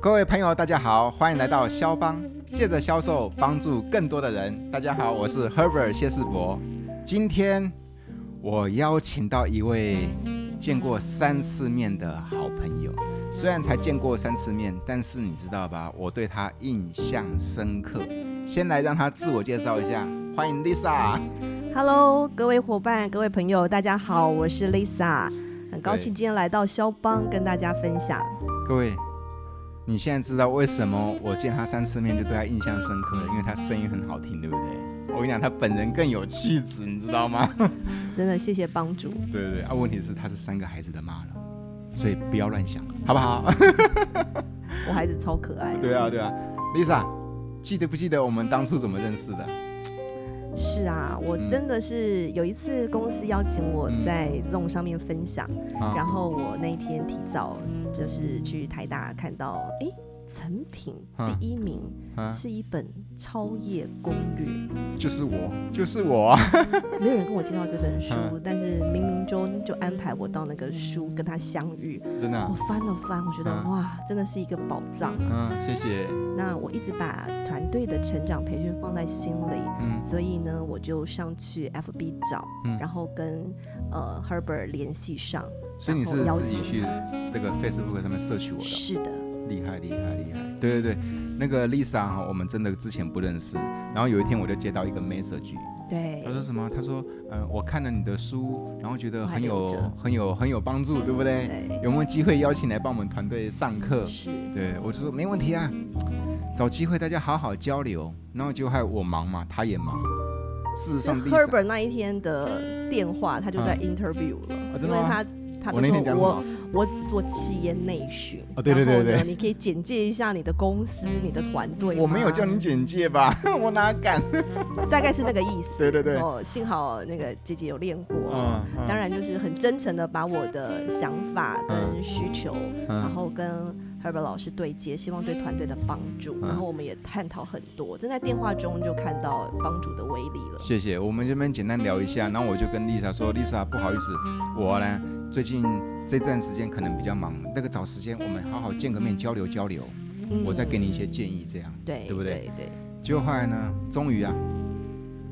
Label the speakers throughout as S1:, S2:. S1: 各位朋友，大家好，欢迎来到肖邦，借着销售帮助更多的人。大家好，我是 Herbert 谢世博。今天我邀请到一位见过三次面的好朋友，虽然才见过三次面，但是你知道吧，我对他印象深刻。先来让他自我介绍一下，欢迎 Lisa。
S2: Hello，各位伙伴、各位朋友，大家好，我是 Lisa，很高兴今天来到肖邦跟大家分享。
S1: 各位，你现在知道为什么我见他三次面就对他印象深刻了？因为他声音很好听，对不对？我跟你讲，他本人更有气质，你知道 吗？
S2: 真的谢谢帮主，
S1: 对对对，啊，问题是她是三个孩子的妈了，所以不要乱想，好不好？
S2: 我孩子超可爱 的。
S1: 对啊，对啊，Lisa，记得不记得我们当初怎么认识的？
S2: 是啊，我
S1: 嗯
S2: 真的是有一次公司邀请我
S1: 嗯
S2: 在 Zoom 上面分享，
S1: 啊
S2: 然后我那一天提早就是去台大看到，哎，成品
S1: 嗯
S2: 第一名
S1: 啊，
S2: 是一本《超夜攻略》。
S1: 就是我，就是我啊，
S2: 没有人跟我介绍这本书
S1: 嗯，
S2: 但是冥冥中就安排我到那个书跟他相遇。
S1: 真的 啊
S2: 我，哦翻了翻，我觉得
S1: 嗯
S2: 哇，真的是一个宝藏。
S1: 嗯，谢谢，
S2: 那我一直把团队的成长培训放在心里，
S1: 嗯
S2: 所以呢，我就上去 FB 找，
S1: 嗯
S2: 然后跟呃 Herbert 联系上。
S1: 所以你是
S2: 然后邀
S1: 自己
S2: 请
S1: 去那个 Facebook 上面摄取我的。
S2: 是的，
S1: 厉害厉害厉害！对对对，那个 Lisa 哈，我们真的之前不认识，然后有一天我就接到一个 message，
S2: 对
S1: 她，说什么？她说，呃，我看了你的书，然后觉得
S2: 我还嗯
S1: 很有
S2: 留着
S1: 很有很有帮助，对不对？
S2: 对，
S1: 有没有机会邀请来帮我们团队上课？
S2: 是，
S1: 对我就说没问题啊，找机会大家好好交流。然后就害我忙嘛，她也忙。事实
S2: 是
S1: 上，Lisa，
S2: Herbert 那一天的电话，他就在 interview 了，
S1: 啊真的
S2: 因为
S1: 吗
S2: 他他
S1: 我
S2: 就
S1: 那天
S2: 说
S1: 讲什
S2: 我
S1: 么？
S2: 我只做企业内训，
S1: 哦对对对
S2: 然后呢
S1: 对
S2: 你可以简介一下你的公司、你的团队吗。
S1: 我没有叫你简介吧？ 我哪敢？
S2: 大概是那个意思。
S1: 对对对
S2: 哦，幸好那个姐姐有练过。
S1: 嗯，嗯
S2: 当然，就是很真诚的把我的想法跟需求，然
S1: 嗯
S2: 后跟 Herbert 老师对接，希望对团队的帮助。
S1: 嗯
S2: 然后我们也探讨很多，正在电话中就看到帮助的威嗯力了。
S1: 谢谢，我们这边简单聊一下，然后我就跟 Lisa 说，Lisa 不好意思，我呢最近这段时间可能比较忙，那个找时间我们好好见个面交流交流，
S2: 嗯
S1: 我再给你一些建议，这样。
S2: 对
S1: 对不对
S2: 对对，
S1: 结果后来呢，终于啊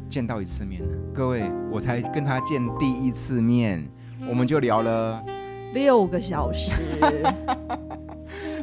S1: 见到一次面了，各位，我才跟他见第一次面，我们就聊了，
S2: 六个小时，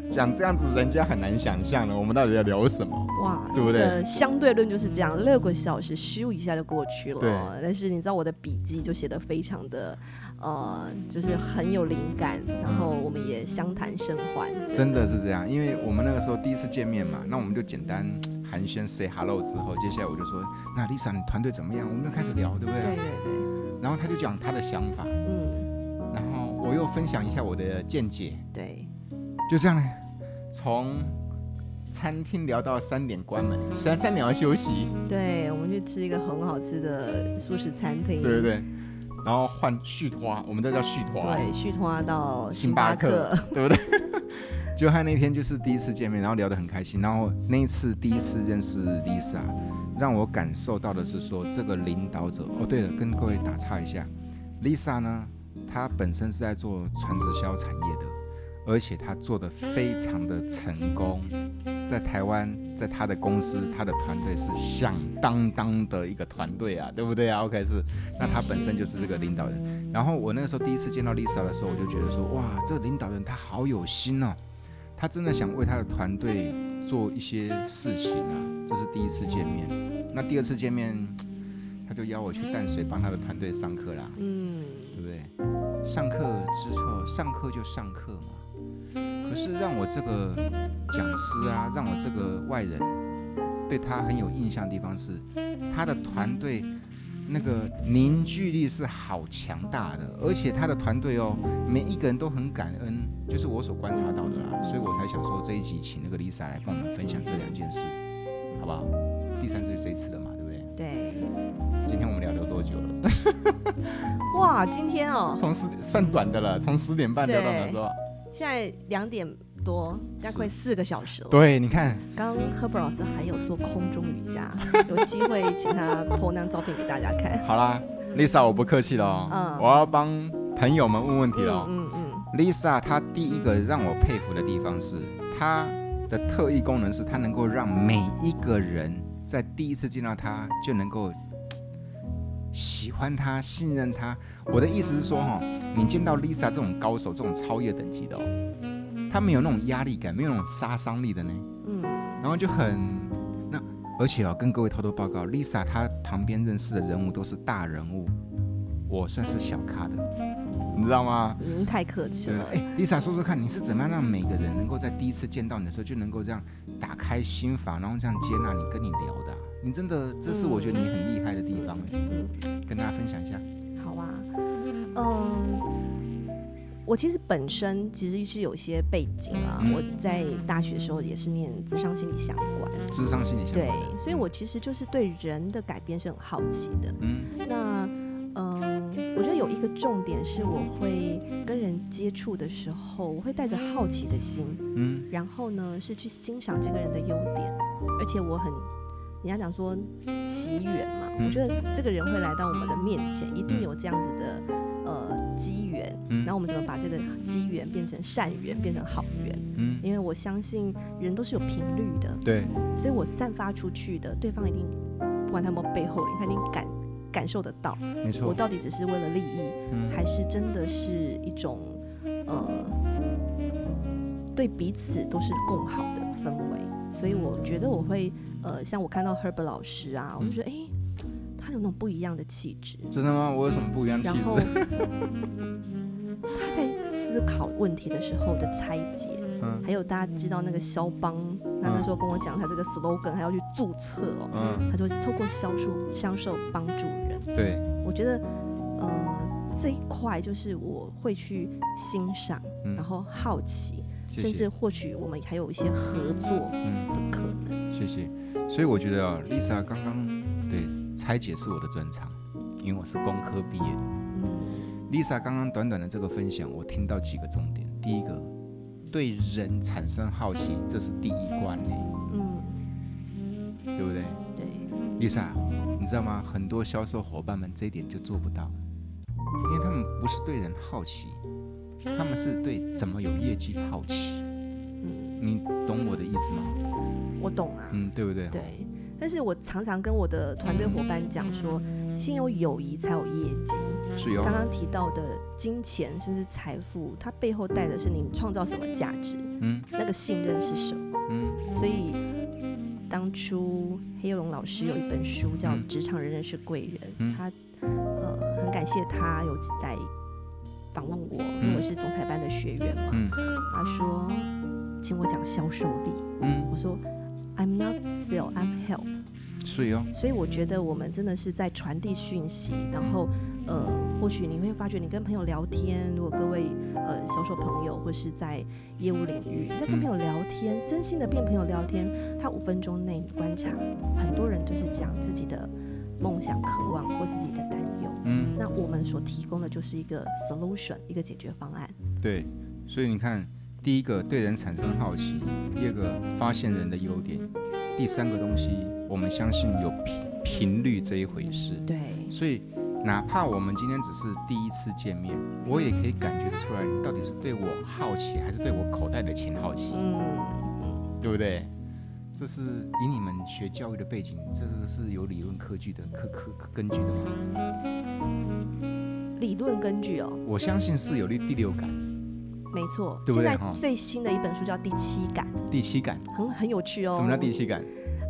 S1: 讲这样子人家很难想象了，我们到底在聊什么？
S2: 哇，
S1: 对不对
S2: 呃相对论就是这样，六个小时咻一下就过去了。
S1: 对
S2: 但是你知道我的笔记就写的非常的，呃，就是很有灵感，然后我们也相谈甚欢。
S1: 嗯真的是这样，因为我们那个时候第一次见面嘛，那我们就简单寒暄 say hello 之后，接下来我就说，那 Lisa 你团队怎么样？我们就开始聊，对不
S2: 对对对，
S1: 然后他就讲他的想法，
S2: 嗯，
S1: 然后我又分享一下我的见解，
S2: 对，
S1: 就这样嘞。从餐厅聊到三点关门，三三点要休息，
S2: 对，我们去吃一个很好吃的素食餐厅，
S1: 对不对？然后换续花，我们这叫续花，
S2: 对，续拖到
S1: 星巴
S2: 巴
S1: 克，对不 对？就他那天就是第一次见面，然后聊得很开心，然后那一次第一次认识 Lisa，让我感受到的是说这个领导者。哦，对了，跟各位打岔一下，Lisa 呢，她本身是在做传直销产业的，而且她做的非常的成功，在台湾，在她的公司，她的团队是响当当的一个团队啊，对不对啊？OK 是，那她本身就是这个领导人。然后我那个时候第一次见到 Lisa 的时候，我就觉得说，哇，这个领导人他好有心哦，他真的想为他的团队做一些事情啊。这是第一次见面，那第二次见面，他就邀我去淡水帮他的团队上课啦，
S2: 嗯，
S1: 对不对？上课之后，上课就上课嘛。可是让我这个讲师啊，让我这个外人对他很有印象的地方是，他的团队那个凝聚力是好强大的，而且他的团队哦，每一个人都很感恩，就是我所观察到的啦，所以我才想说这一集请那个 Lisa 来帮我们分享这两件事，好不好？第三次就这一次了嘛，对不对？
S2: 对，
S1: 今天我们聊了多久了？
S2: 哇，今天哦，
S1: 从十算短的了，从十点半聊到哪时候？
S2: 现在两点多，大概快四个小时了。
S1: 对，你看，
S2: 刚刚赫本老师还有做空中瑜 伽，有机会请他 po 那张照片给大家看。
S1: 好啦，Lisa，我不客气了、哦，
S2: 嗯
S1: 我要帮朋友们问问题了哦、
S2: 嗯嗯嗯，
S1: Lisa 她第一个让我佩服的地方是，她的特异功能是它能够让每一个人在第一次见到他就能够嘖喜欢他、信任他。我的意思是说，哈，你见到 Lisa 这种高手、这种超越等级的哦，他没有那种压力感，没有那种杀伤力的呢。
S2: 嗯，
S1: 然后就很那，而且哦，跟各位偷偷报告，Lisa 她旁边认识的人物都是大人物，我算是小咖的，你知道吗？
S2: 嗯您太客气
S1: 对
S2: 了，
S1: 哎、l i s a 说说看，你是怎么样让每个人能够在第一次见到你的时候就能够这样打开心房，然后这样接纳你，跟你聊的啊、你真的，这是我觉得你很厉害的地方、哎，
S2: 嗯。
S1: 跟大家分享一下。
S2: 好啊，嗯，我其实本身其实是有一些背景啊，
S1: 嗯
S2: 我在大学的时候也是念智商心理相关，
S1: 智商心理相
S2: 对
S1: 关，，
S2: 所以我其实就是对人的改变是很好奇的。
S1: 嗯
S2: 那嗯，我觉得有一个重点是，我会跟人接触的时候，我会带着好奇的心，
S1: 嗯
S2: 然后呢是去欣赏这个人的优点，而且我很，人家讲说喜缘嘛，
S1: 嗯
S2: 我觉得这个人会来到我们的面前，一定
S1: 嗯
S2: 有这样子的呃机缘，
S1: 嗯，
S2: 然后我们怎么把这个机缘变成善缘，变成好缘？
S1: 嗯，
S2: 因为我相信人都是有频率的，
S1: 对，
S2: 所以我散发出去的，对方一定不管他有没有背后，他一定感感受得到，
S1: 没
S2: 我
S1: 错，
S2: 到底只是为了利益，
S1: 嗯
S2: 还是真的是一种呃对彼此都是共好的氛围。所以我觉得我会呃，像我看到 Herbert 老师啊，我就觉得哎、诶他有那种不一样的气质，
S1: 真的吗？嗯我有什么不一样的
S2: 然
S1: 气
S2: 后
S1: 质？
S2: 他在思考问题的时候的拆解，
S1: 嗯
S2: 还有大家知道那个肖邦，他那时候跟我讲他这个 slogan 还要去注册哦，
S1: 嗯，
S2: 他就透过销售销售帮助人。
S1: 对，
S2: 我觉得，呃，这一块就是我会去欣赏，
S1: 嗯
S2: 然后好奇，
S1: 谢
S2: 甚
S1: 谢
S2: 至或许我们还有一些合作
S1: 嗯，
S2: 的可能。
S1: 谢谢。所以我觉得啊，Lisa 刚刚对拆解是我的专长，因为我是工科毕业的。
S2: 嗯
S1: Lisa 刚刚短短的这个分享，我听到几个重点。第一个，对人产生好奇，这是第一关呢，
S2: 嗯，
S1: 对不对
S2: 对，
S1: ？Lisa，你知道吗？很多销售伙伴们这一点就做不到，因为他们不是对人好奇，他们是对怎么有业绩好奇。
S2: 嗯，
S1: 你懂我的意思吗？
S2: 我懂啊。
S1: 嗯，对不对？
S2: 对，但是我常常跟我的团队伙伴讲说，先有友谊才有业绩。
S1: 是有
S2: 刚刚提到的金钱甚至财富，它背后带的是你创造什么价值，
S1: 嗯
S2: 那个信任是什么。
S1: 嗯
S2: 所以当初黑龙老师有一本书叫
S1: 嗯
S2: 《职场人人是贵人》，
S1: 嗯
S2: 他呃很感谢他有来访问我，因为我是总裁班的学员嘛。
S1: 嗯
S2: 他说，请我讲销售力，
S1: 嗯，
S2: 我说 I'm not sell, I'm help。
S1: 是有
S2: 所以我觉得我们真的是在传递讯息，然后呃，或许你会发觉你跟朋友聊天，如果各位呃销售朋友或是在业务领域，你在
S1: 嗯
S2: 跟朋友聊天，真心的变朋友聊天，他五分钟内你观察，很多人就是讲自己的梦想、渴望或自己的担忧。
S1: 嗯。
S2: 那我们所提供的就是一个 solution，一个解决方案。
S1: 对，所以你看，第一个对人产生好奇，第二个发现人的优点，第三个东西，我们相信有频频率这一回事。
S2: 对，
S1: 所以，哪怕我们今天只是第一次见面，我也可以感觉得出来，你到底是对我好奇，还是对我口袋的钱好奇，
S2: 嗯，
S1: 对不对？这是以你们学教育的背景，这个是有理论科据的科科科根据的吗？
S2: 理论根据哦，
S1: 我相信是有第第六感、
S2: 没错。
S1: 对不
S2: 现
S1: 对
S2: 在
S1: 哈
S2: 最新的一本书叫《第七感
S1: 第七感。》，
S2: 很很有趣哦。
S1: 什么叫第七感？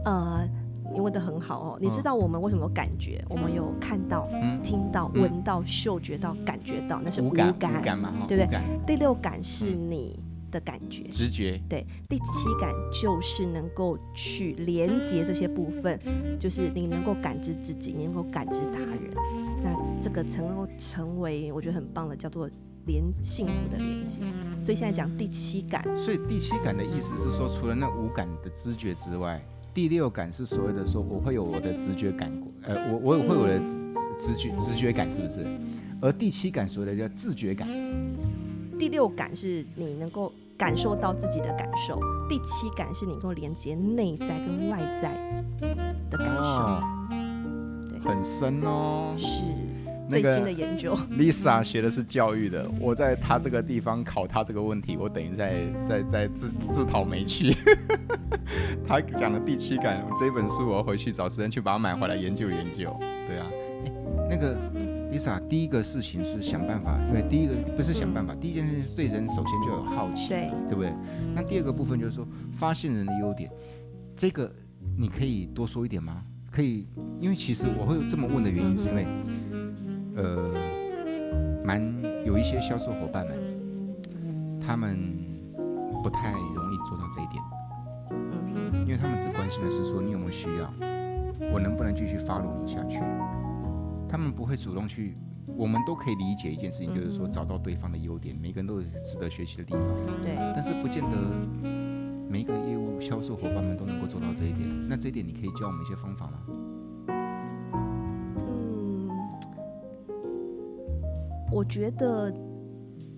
S2: 呃，你问的很好哦。你
S1: 嗯
S2: 知道我们为什么有感觉？我们有看到、
S1: 嗯
S2: 听到、
S1: 嗯
S2: 闻到、嗅觉到、感觉到，那是
S1: 五感，
S2: 感。
S1: 五感嘛，哈
S2: 对不对
S1: 五感，
S2: 第六感是你的感觉，
S1: 直觉，
S2: 对。第七感就是能够去连接这些部分，就是你能够感知自己，你能够感知他人。那这个才能够成为我觉得很棒的，叫做连幸福的连接。所以现在讲第七感，
S1: 所以第七感的意思是说，除了那五感的知觉之外，第六感是所谓的说我会有我的直觉感，呃，我我也会有我的直直觉直觉感，是不是？而第七感所谓的叫自觉感，
S2: 第六感是你能够感受到自己的感受，第七感是你能够连接内在跟外在的感受。
S1: 哦，
S2: 对
S1: 很深哦。
S2: 是，
S1: 那
S2: 最
S1: 个
S2: 新的研究。
S1: Lisa 学的是教育的，我在她这个地方考她这个问题，我等于在在在自自讨没趣。 她讲的第七感这一本书，我要回去找时间去把它买回来研究研究。对啊，哎，那个 Lisa 第一个事情是想办法，因为第一个不是想办法，第一件事情是对人首先就有好奇，
S2: 对
S1: 对不对？那第二个部分就是说发现人的优点，这个你可以多说一点吗？可以，因为其实我会这么问的原因是因为，呃，蛮有一些销售伙伴们，他们不太容易做到这一点，
S2: 嗯
S1: 因为他们只关心的是说你有没有需要，我能不能继续 follow 你下去，他们不会主动去。我们都可以理解一件事情，就是说找到对方的优点，每个人都有值得学习的地方。
S2: 哼，对，
S1: 但是不见得每一个业务销售伙伴们都能够做到这一点。那这一点你可以教我们一些方法吗？
S2: 嗯，我觉得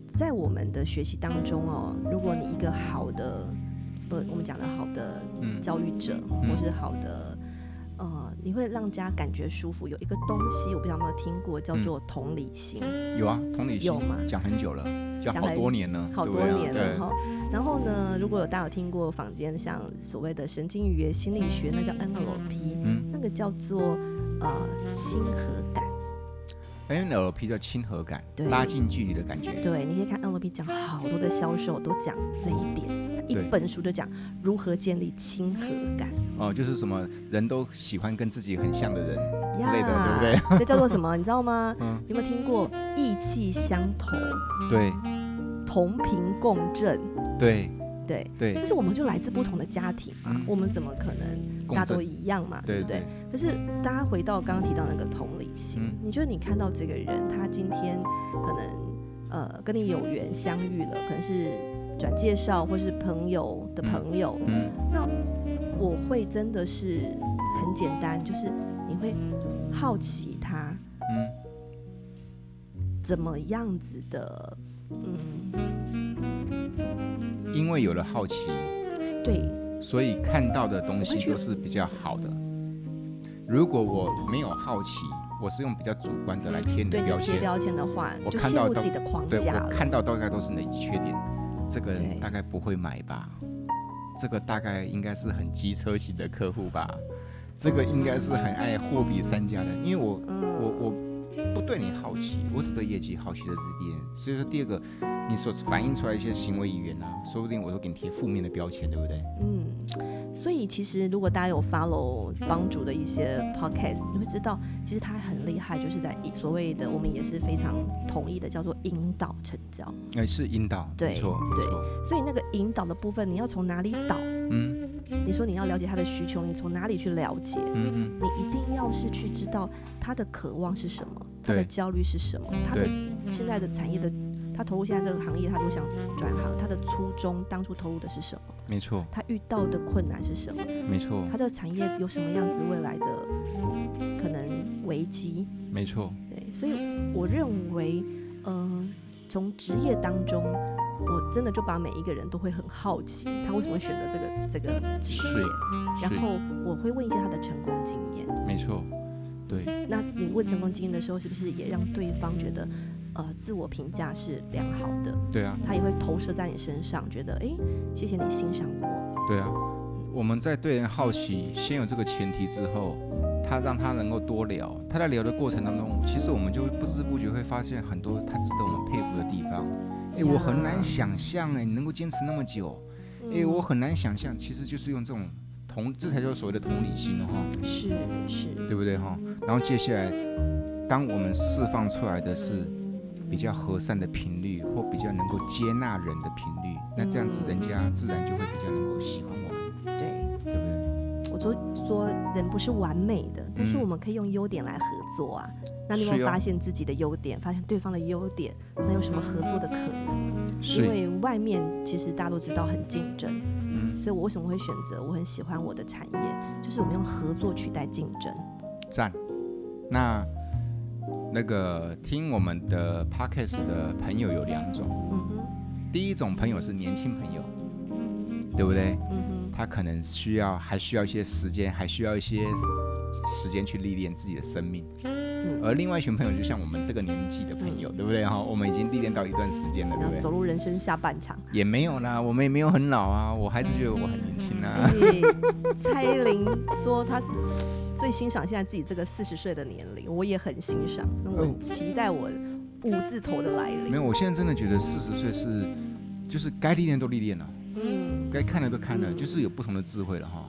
S2: 在我们的学习当中哦，如果你一个好的，不，我们讲的好的
S1: 嗯
S2: 教育者，
S1: 嗯
S2: 或是好的，呃，你会让人家感觉舒服。有一个东西，我不知道有没有听过，叫做同理心，
S1: 有啊，同理心
S2: 有吗
S1: 讲很久了，讲
S2: 讲
S1: 好
S2: 很
S1: 多年了，
S2: 好
S1: 对
S2: 多
S1: 不对啊
S2: 年了
S1: 对
S2: 哈。然后呢，如果有大家有听过坊间像所谓的神经语言心理学，那叫 NLP，
S1: 嗯
S2: 那个叫做呃亲和感。
S1: ，NLP 叫亲和感，
S2: 对
S1: 拉近距离的感觉。
S2: 对，你可以看 NLP 讲好多的销售都讲这一点，他一
S1: 对
S2: 本书就讲如何建立亲和感
S1: 哦、就是什么人都喜欢跟自己很像的人之类的
S2: 呀
S1: 对 不对？
S2: 这叫做什么？你知道吗？
S1: 嗯，
S2: 有没有听过意气相投、
S1: 对
S2: 同频共振？
S1: 对
S2: 对，
S1: 对
S2: 但，是我们就来自不同的家庭嘛，
S1: 嗯
S2: 我们怎么可能
S1: 共
S2: 大家都
S1: 振，
S2: 一样嘛？
S1: 对
S2: 不对？可是大家回到刚刚提到那个同理心，
S1: 嗯
S2: 你觉得你看到这个人，他今天可能呃跟你有缘相遇了，可能是转介绍或是朋友的朋友，
S1: 嗯，
S2: 我会真的是很简单，就是你会好奇他
S1: 嗯
S2: 怎么样子的，嗯，
S1: 嗯，因为有了好奇，
S2: 对，
S1: 所以看到的东
S2: 我会
S1: 西
S2: 去
S1: 都是比较好的。如果我没有好奇，我是用比较主观的来贴你
S2: 对
S1: 的
S2: 你
S1: 标
S2: 贴
S1: 签，
S2: 标签的话，
S1: 我
S2: 就
S1: 看
S2: 陷
S1: 到
S2: 入
S1: 到
S2: 自己的框
S1: 对
S2: 架
S1: 我
S2: 了。
S1: 看到大概都是你的缺点，这个
S2: 对
S1: 人大概不会买吧，这个大概应该是很机车型的客户吧，这个应该是很爱货比三家的，因为我
S2: 嗯，
S1: 我我不对你好奇，我只对业绩好奇的是第一点。所以说第二个，你所反映出来一些行为语言啊，说不定我都给你贴负面的标签，对不对？
S2: 嗯，所以其实如果大家有 follow 帮主的一些 podcast，你会知道，其实他很厉害，就是在引所谓的我们也是非常同意的，叫做引导成交。
S1: 那哎是引导，
S2: 对
S1: 没错，
S2: 对
S1: 没错，
S2: 所以那个引导的部分，你要从哪里导？
S1: 嗯
S2: 你说你要了解他的需求，你从哪里去了解？
S1: 嗯嗯，
S2: 你一定要是去知道他的渴望是什么，他的
S1: 对
S2: 焦虑是什么，他的现在的产业的，他投入现在这个行业，他如果想转行，他的初衷当初投入的是什么，
S1: 没错，
S2: 他遇到的困难是什么，
S1: 没错，
S2: 他的产业有什么样子未来的可能危机，
S1: 没错，
S2: 对，所以我认为，呃，从职业当中。我真的就把每一个人都会很好奇，他为什么会选择这个这个职
S1: 是
S2: 业，
S1: 是
S2: 然后我会问一下他的成功经验。
S1: 没错，对，
S2: 那你问成功经验的时候，是不是也让对方觉得，呃，自我评价是良好的？
S1: 对啊，
S2: 他也会投射在你身上，觉得，诶，谢谢你欣赏我。
S1: 对啊。我们在对人好奇，先有这个前提之后，他让他能够多聊。他在聊的过程当中，其实我们就不知不觉会发现很多他值得我们佩服的地方。诶，我很难想象，哎诶，你能够坚持那么久，
S2: 嗯
S1: 诶，我很难想象，其实就是用这种同，这才叫所谓的同理心哦，哈
S2: 是是，
S1: 对不对哈？然后接下来，当我们释放出来的是比较和善的频率，或比较能够接纳人的频率，那这样子
S2: 嗯
S1: 人家自然就会比较能够喜欢我们，
S2: 对，
S1: 对不对？
S2: 我说说人不是完美的，但是
S1: 嗯
S2: 我们可以用优点来合作啊。那你有没
S1: 是
S2: 有
S1: 哦
S2: 发现自己的优点，发现对方的优点，那有什么合作的可能？
S1: 是
S2: 因为外面其实大家都知道很竞争，
S1: 嗯，
S2: 所以我为什么会选择我很喜欢我的产业，就是我们用合作取代竞争。
S1: 赞。那那个听我们的 podcast 的朋友有两种，
S2: 嗯哼，
S1: 第一种朋友是年轻朋友，对不对？
S2: 嗯哼，
S1: 他可能需要还需要一些时间，还需要一些时间去历练自己的生命。
S2: 嗯嗯
S1: 而另外一群朋友，就像我们这个年纪的朋友，对不对？哈，我们已经历练到一段时间了，对
S2: 然
S1: 不
S2: 后走
S1: 对？
S2: 入人生下半 场。
S1: 也没有啦，我们也没有很老啊，我还是觉得我很年轻啊。
S2: 哎蔡依林说她最欣赏现在自己这个四十岁的年龄，我也很欣赏，那我很期待我五字头的来
S1: 哦没
S2: 临。
S1: 有，我现在真的觉得四十岁是，就是该历练都历练了，
S2: 嗯，
S1: 该看的都看了，
S2: 嗯
S1: 就是有不同的智慧了哈。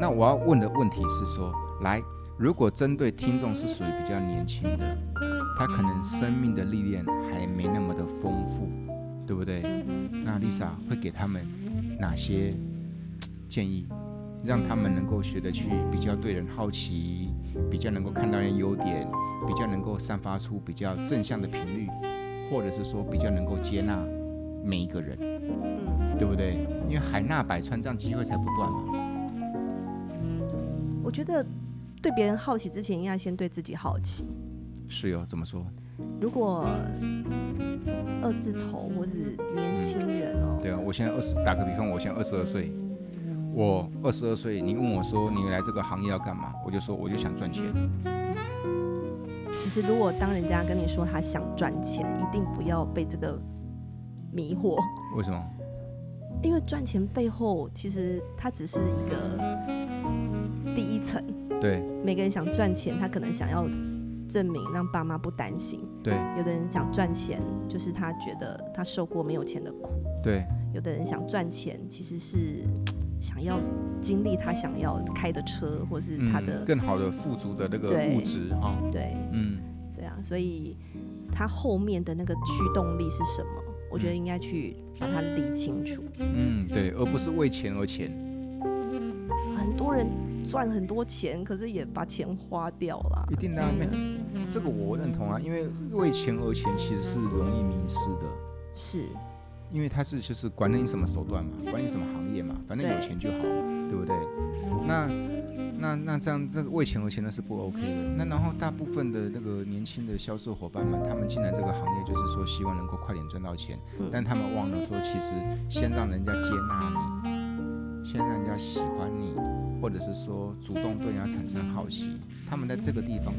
S1: 那我要问的问题是说，来，如果针对听众是属于比较年轻的，他可能生命的历练还没那么的丰富，对不对？那 Lisa 会给他们哪些嘖建议，让他们能够学得去比较对人好奇，比较能够看到人优点，比较能够散发出比较正向的频率，或者是说比较能够接纳每一个人，
S2: 嗯
S1: 对不对？因为海纳百川，这样机会才不断嘛。
S2: 我觉得对别人好奇之前，应该先对自己好奇。
S1: 是哟，怎么说？
S2: 如果二字头或是年轻人哦，
S1: 对啊，我现在二十，打个比方，我现在二十二岁，我二十二岁，你问我说你来这个行业要干嘛，我就说我就想赚钱。
S2: 其实如果当人家跟你说他想赚钱，一定不要被这个迷惑。
S1: 为什么？
S2: 因为赚钱背后，其实它只是一个第一层。
S1: 对
S2: 每个人想赚钱，他可能想要证明让爸妈不担心；
S1: 对
S2: 有的人想赚钱，就是他觉得他受过没有钱的苦；
S1: 对，
S2: 有的人想赚钱，其实是想要经历他想要开的车，或是他
S1: 嗯
S2: 的、
S1: 更好的富足的那个
S2: 对
S1: 物质哈、
S2: 对
S1: 嗯，
S2: 对啊，所以他后面的那个驱动力是什么？我觉得应该去把它理清楚。
S1: 嗯，对，而不是为钱而钱，
S2: 很多人赚很多钱，可是也把钱花掉了
S1: 一。定的、啊，没这个我认同啊，因为为钱而钱其实是容易迷失的，
S2: 是，
S1: 因为它是就是管你什么手段嘛，管你什么行业嘛，反正有
S2: 对
S1: 钱就好嘛，对不对？那那那这样这个为钱而钱那是不 OK 的。那然后大部分的那个年轻的销售伙伴们，他们进来这个行业就是说希望能够快点赚到钱，
S2: 嗯
S1: 但他们忘了说，其实先让人家接纳你，先让人家喜欢你，或者是说主动对人家产生好奇，他们在这个地方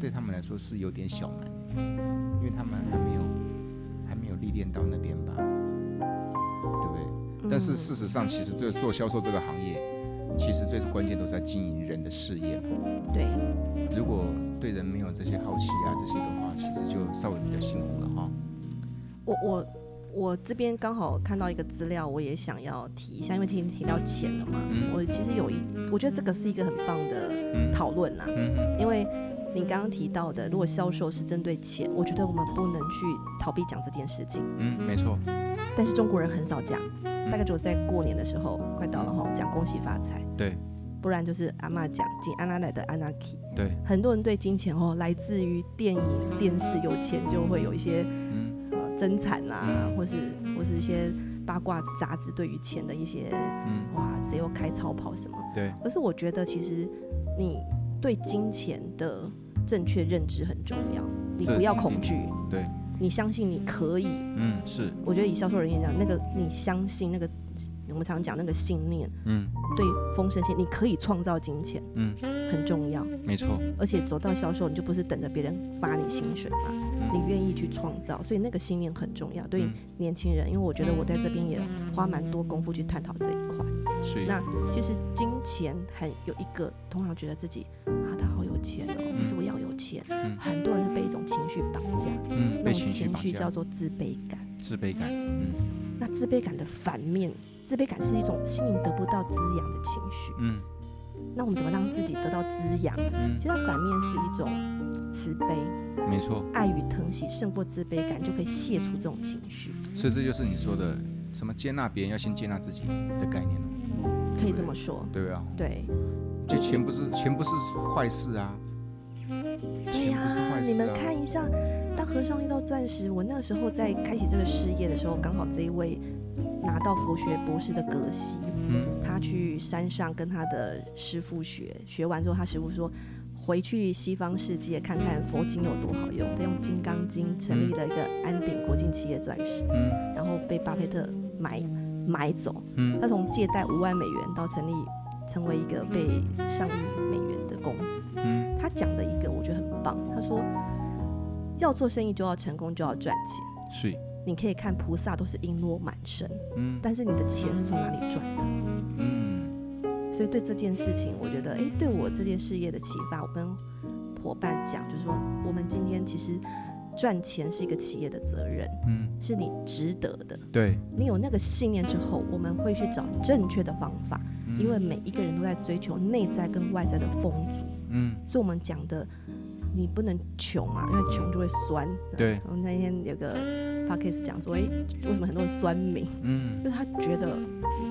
S1: 对他们来说是有点小难，因为他们还没有还没有历练到那边吧，对不对？但是
S2: 嗯
S1: 事实上，其实对做销售这个行业，其实最关键都是在经营人的事业嘛。
S2: 对，
S1: 如果对人没有这些好奇啊这些的话，其实就稍微比较辛苦了哈。
S2: 我我我这边刚好看到一个资料，我也想要提一下，因为听提到钱了嘛，
S1: 嗯
S2: 我其实有一，我觉得这个是一个很棒的
S1: 嗯，
S2: 讨论啊呐，
S1: 嗯哼，
S2: 因为。你刚刚提到的，如果销售是针对钱，我觉得我们不能去逃避讲这件事情。
S1: 嗯，没错，
S2: 但是中国人很少讲，大概只有在过年的时候，快到了吼，讲恭喜发财，
S1: 对
S2: 不然就是阿嬷讲“金安娜来的安娜 key”。
S1: 对，
S2: 很多人对金钱哦，来自于电影、电视，有钱就会有一些
S1: 嗯
S2: 呃争产啦、
S1: 嗯
S2: 或是或是一些八卦杂志对于钱的一些
S1: 嗯，
S2: 哇，谁又开超跑什么。
S1: 对，
S2: 可是我觉得其实你对金钱的正确认知很重要，你
S1: 这
S2: 不要
S1: 一定
S2: 恐惧，
S1: 嗯对，
S2: 你相信你可以。
S1: 嗯是，
S2: 我觉得以销售人员讲，那个你相信那个，我们常讲那个信念，
S1: 嗯
S2: 对丰盛性，你可以创造金钱
S1: 嗯，
S2: 很重要。
S1: 没错，
S2: 而且走到销售，你就不是等着别人发你薪水嘛，你
S1: 嗯
S2: 愿意去创造，所以那个信念很重要。对于
S1: 嗯
S2: 年轻人，因为我觉得我在这边也花蛮多功夫去探讨这一块。
S1: 是，
S2: 那其实金钱很有一个，通常觉得自己啊，他好有钱哦，可是我要有钱。
S1: 嗯
S2: 很多人是被一种情绪绑架，
S1: 嗯
S2: 那
S1: 被
S2: 种
S1: 情绪
S2: 情
S1: 绑
S2: 绪
S1: 架
S2: 叫，做自卑感。
S1: 自卑感，嗯
S2: 那自卑感的反面，自卑感是一种心灵得不到滋养的情绪。
S1: 嗯
S2: 那我们怎么让自己得到滋养？其
S1: 嗯，
S2: 实它反面是一种慈悲，
S1: 没错，
S2: 爱与疼惜胜过自卑感，就可以卸除这种情绪，
S1: 所以这就是你说的什么接纳别人要先接纳自己的概念了，
S2: 可以这么说。
S1: 对啊，
S2: 对，
S1: 就钱不是钱不是坏事啊，
S2: 嗯对呀、
S1: 不是坏事啊
S2: 你们看一下，当和尚遇到钻石，我那时候在开启这个事业的时候，刚好这一位拿到佛学博士的格西，
S1: 嗯
S2: 他去山上跟他的师傅学，学完之后，他师傅说。回去西方世界看看佛经有多好用，他用《金刚经》成立了一个安鼎国际企业钻石，
S1: 嗯
S2: 然后被巴菲特买买走，
S1: 嗯
S2: 他从借贷五万美元到成立成为一个被上亿美元的公司。
S1: 嗯
S2: 他讲的一个我觉得很棒，他说要做生意就要成功，就要赚钱。
S1: 是，
S2: 你可以看菩萨都是璎珞满身，
S1: 嗯
S2: 但是你的钱是从哪里赚的？
S1: 嗯
S2: 所以对这件事情，我觉得，诶，对我这件事业的启发，我跟伙伴讲，就是说，我们今天其实赚钱是一个企业的责任，
S1: 嗯，
S2: 是你值得的。
S1: 对，
S2: 你有那个信念之后，我们会去找正确的方法，
S1: 嗯
S2: 因为每一个人都在追求内在跟外在的丰足。
S1: 嗯
S2: 所以我们讲的，你不能穷啊，因为穷就会酸。
S1: 对
S2: 我那天有个 podcast 讲说，诶，为什么很多人酸民？
S1: 嗯
S2: 因为他觉得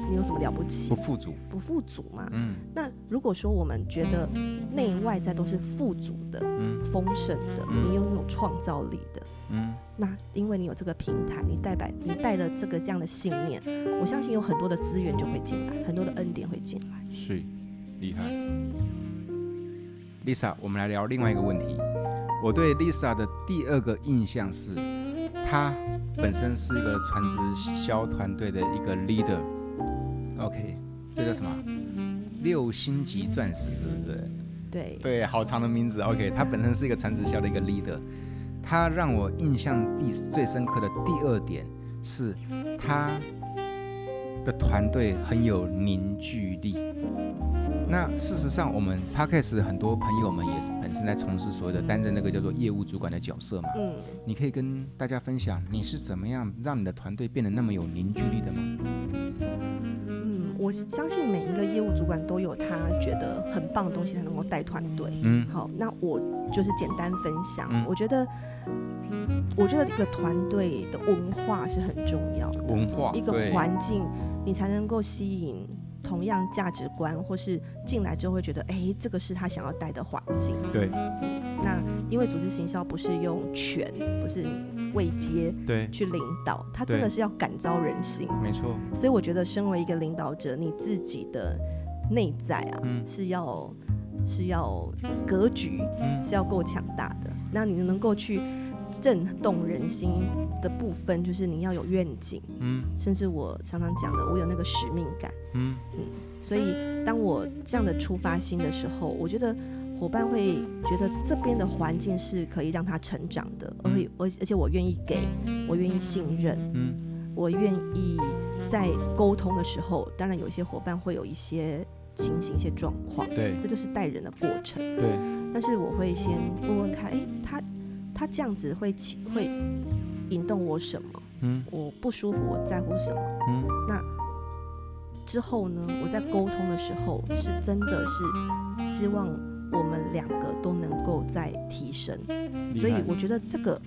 S2: 你有什么了不起
S1: 不，富足，
S2: 不富足嘛。
S1: 嗯
S2: 那如果说我们觉得内外在都是富足的、
S1: 嗯
S2: 丰盛的，
S1: 嗯
S2: 你拥有创造力的，
S1: 嗯
S2: 那因为你有这个平台，你带百，你带了这个这样的信念，我相信有很多的资源就会进来，很多的恩典会进来。
S1: 是，厉害。Lisa，我们来聊另外一个问题。我对 Lisa 的第二个印象是，她本身是一个传直销团队的一个 leader。OK，这叫什么啊？六星级钻石是不是？
S2: 对，
S1: 对，好长的名字。OK，他本身是一个传直销的一个 leader，他让我印象第最深刻的第二点是他的团队很有凝聚力。那事实上，我们 podcast 很多朋友们也是本身在从事所谓的担任那个叫做业务主管的角色嘛。
S2: 嗯，
S1: 你可以跟大家分享你是怎么样让你的团队变得那么有凝聚力的吗？
S2: 嗯，我相信每一个业务主管都有他觉得很棒的东西，他能够带团队。
S1: 嗯
S2: 好，那我就是简单分享。
S1: 嗯
S2: 我觉得，我觉得一个团队的文化是很重要的，
S1: 文化
S2: 一个
S1: 对
S2: 环境，你才能够吸引同样价值观，或是进来之后会觉得，哎、这个是他想要带的环境。
S1: 对
S2: 那因为组织行销不是用权，不是位阶
S1: 对，
S2: 去领导，他真的
S1: 对
S2: 是要感召人心。
S1: 没错，
S2: 所以我觉得，身为一个领导者，你自己的内在啊，
S1: 嗯
S2: 是要是要格局
S1: 嗯
S2: 是要够强大的。那你能够去震动人心的部分，就是你要有愿景，
S1: 嗯
S2: 甚至我常常讲的，我有那个使命感。
S1: 嗯
S2: 所以，当我这样的出发心的时候，我觉得伙伴会觉得这边的环境是可以让他成长的，而且而而且我愿意给，我愿意信任。
S1: 嗯
S2: 我愿意在沟通的时候，当然有一些伙伴会有一些情形、一些状况，
S1: 对
S2: 这就是带人的过程。
S1: 对
S2: 但是我会先问问看，诶，哎他他这样子会起会引动我什么？
S1: 嗯
S2: 我不舒服，我在乎什么？
S1: 嗯
S2: 之后呢，我在沟通的时候是真的是希望我们两个都能够再提升，
S1: 厉
S2: 所以
S1: 害
S2: 我觉得这个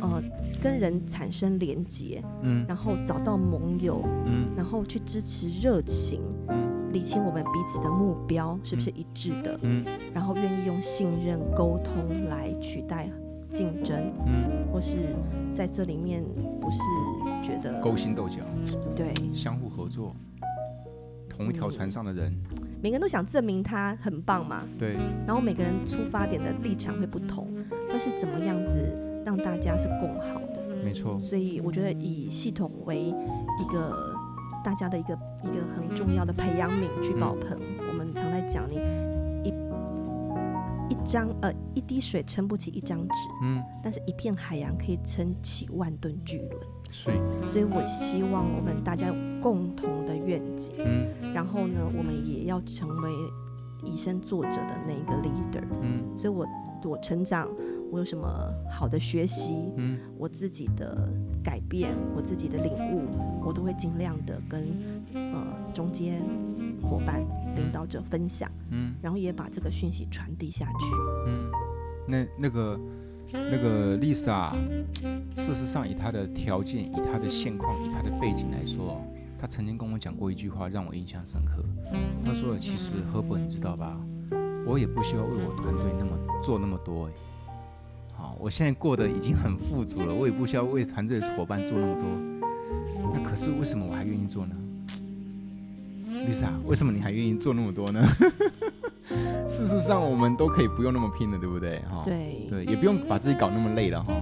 S2: 呃跟人产生连结，
S1: 嗯
S2: 然后找到盟友，
S1: 嗯
S2: 然后去支持热情，
S1: 嗯
S2: 理清我们彼此的目标是不是一致的，
S1: 嗯
S2: 然后愿意用信任沟通来取代竞争，
S1: 嗯，
S2: 或是在这里面不是觉得
S1: 勾心斗角，
S2: 对
S1: 相互合作，同一条船上的人，
S2: 每个人都想证明他很棒嘛，
S1: 对，
S2: 然后每个人出发点的立场会不同，但是怎么样子让大家是共好的？
S1: 没错，
S2: 所以我觉得以系统为一个大家的一个一个很重要的培养皿去爆棚。我们常在讲，你一一张呃一滴水撑不起一张纸，
S1: 嗯，
S2: 但是一片海洋可以撑起万吨巨轮。
S1: 水，
S2: 所以我希望我们大家有共同的愿景，
S1: 嗯
S2: 然后呢，我们也要成为以身作则的那一个 leader。
S1: 嗯
S2: 所以我我成长，我有什么好的学习，
S1: 嗯
S2: 我自己的改变，我自己的领悟，我都会尽量的跟呃中间伙伴、领导者分享，
S1: 嗯
S2: 然后也把这个讯息传递下去。
S1: 嗯，那那个那个 Lisa，事实上以她的条件、以她的现况、以她的背景来说哦，她曾经跟我讲过一句话，让我印象深刻。她说：“其实赫伯，你知道吧，我也不需要为我团队那么做那么多哎。”好，我现在过得已经很富足了，我也不需要为团队伙伴做那么多。那可是为什么我还愿意做呢？Lisa，为什么你还愿意做那么多呢？ 事实上，我们都可以不用那么拼了，对不对？哈、
S2: 哦对，
S1: 对，也不用把自己搞那么累了哈。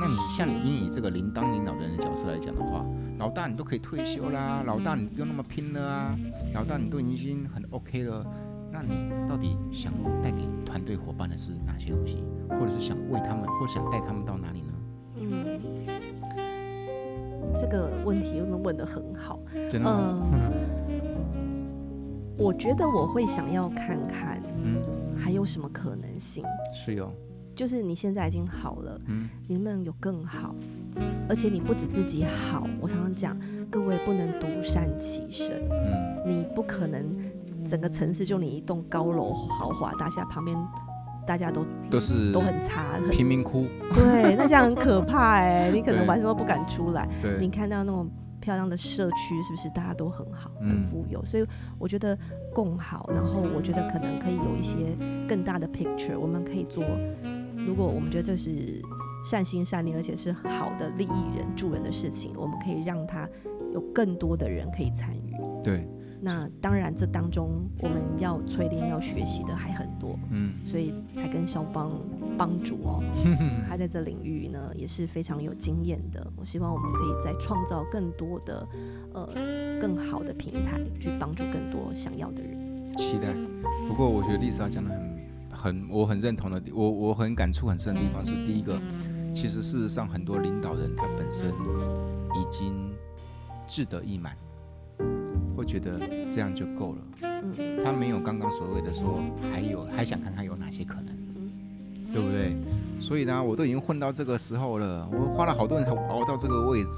S1: 那你像你以你这个领当领导人的角色来讲的话，老大你都可以退休啦，老大你不用那么拼了啊，老大你都已经很 OK 了，那你到底想带给团队伙伴的是哪些东西，或者是想为他们或想带他们到哪里呢？
S2: 嗯，这个问题真的问得很好。
S1: 真
S2: 嗯、
S1: 的吗？
S2: 我觉得我会想要看看
S1: 嗯，
S2: 还有什么可能性。
S1: 是哦有，
S2: 就是你现在已经好了，
S1: 嗯
S2: 你能不能有更好？而且你不止自己好，我常常讲，各位不能独善其身，
S1: 嗯
S2: 你不可能整个城市就你一栋高楼豪华大厦旁边大家都
S1: 都是
S2: 都很差，很
S1: 贫民窟，
S2: 对，那这样很可怕哎、你可能
S1: 嗯对
S2: 晚上都不敢出来。你
S1: 对，
S2: 看到那种漂亮的社区，是不是大家都很好、很
S1: 嗯
S2: 富有？所以我觉得共好，然后我觉得可能可以有一些更大的 picture，我们可以做。如果我们觉得这是善心善念，而且是好的利益人助人的事情，我们可以让它有更多的人可以参与。
S1: 对，
S2: 那当然，这当中我们要淬炼、要学习的还很多，
S1: 嗯
S2: 所以才跟肖邦帮主 哦，他在这领域呢也是非常有经验的。我希望我们可以再创造更多的呃更好的平台，去帮助更多想要的人。
S1: 期待。不过我觉得丽莎讲的很很，我很认同的，我我很感触很深的地方是，第一个，其实事实上很多领导人他本身已经志得意满，会觉得这样就够了。
S2: 嗯
S1: 他没有刚刚所谓的说还有还想看看有哪些可能，对不对？所以呢，我都已经混到这个时候了，我花了好多人才熬到这个位置，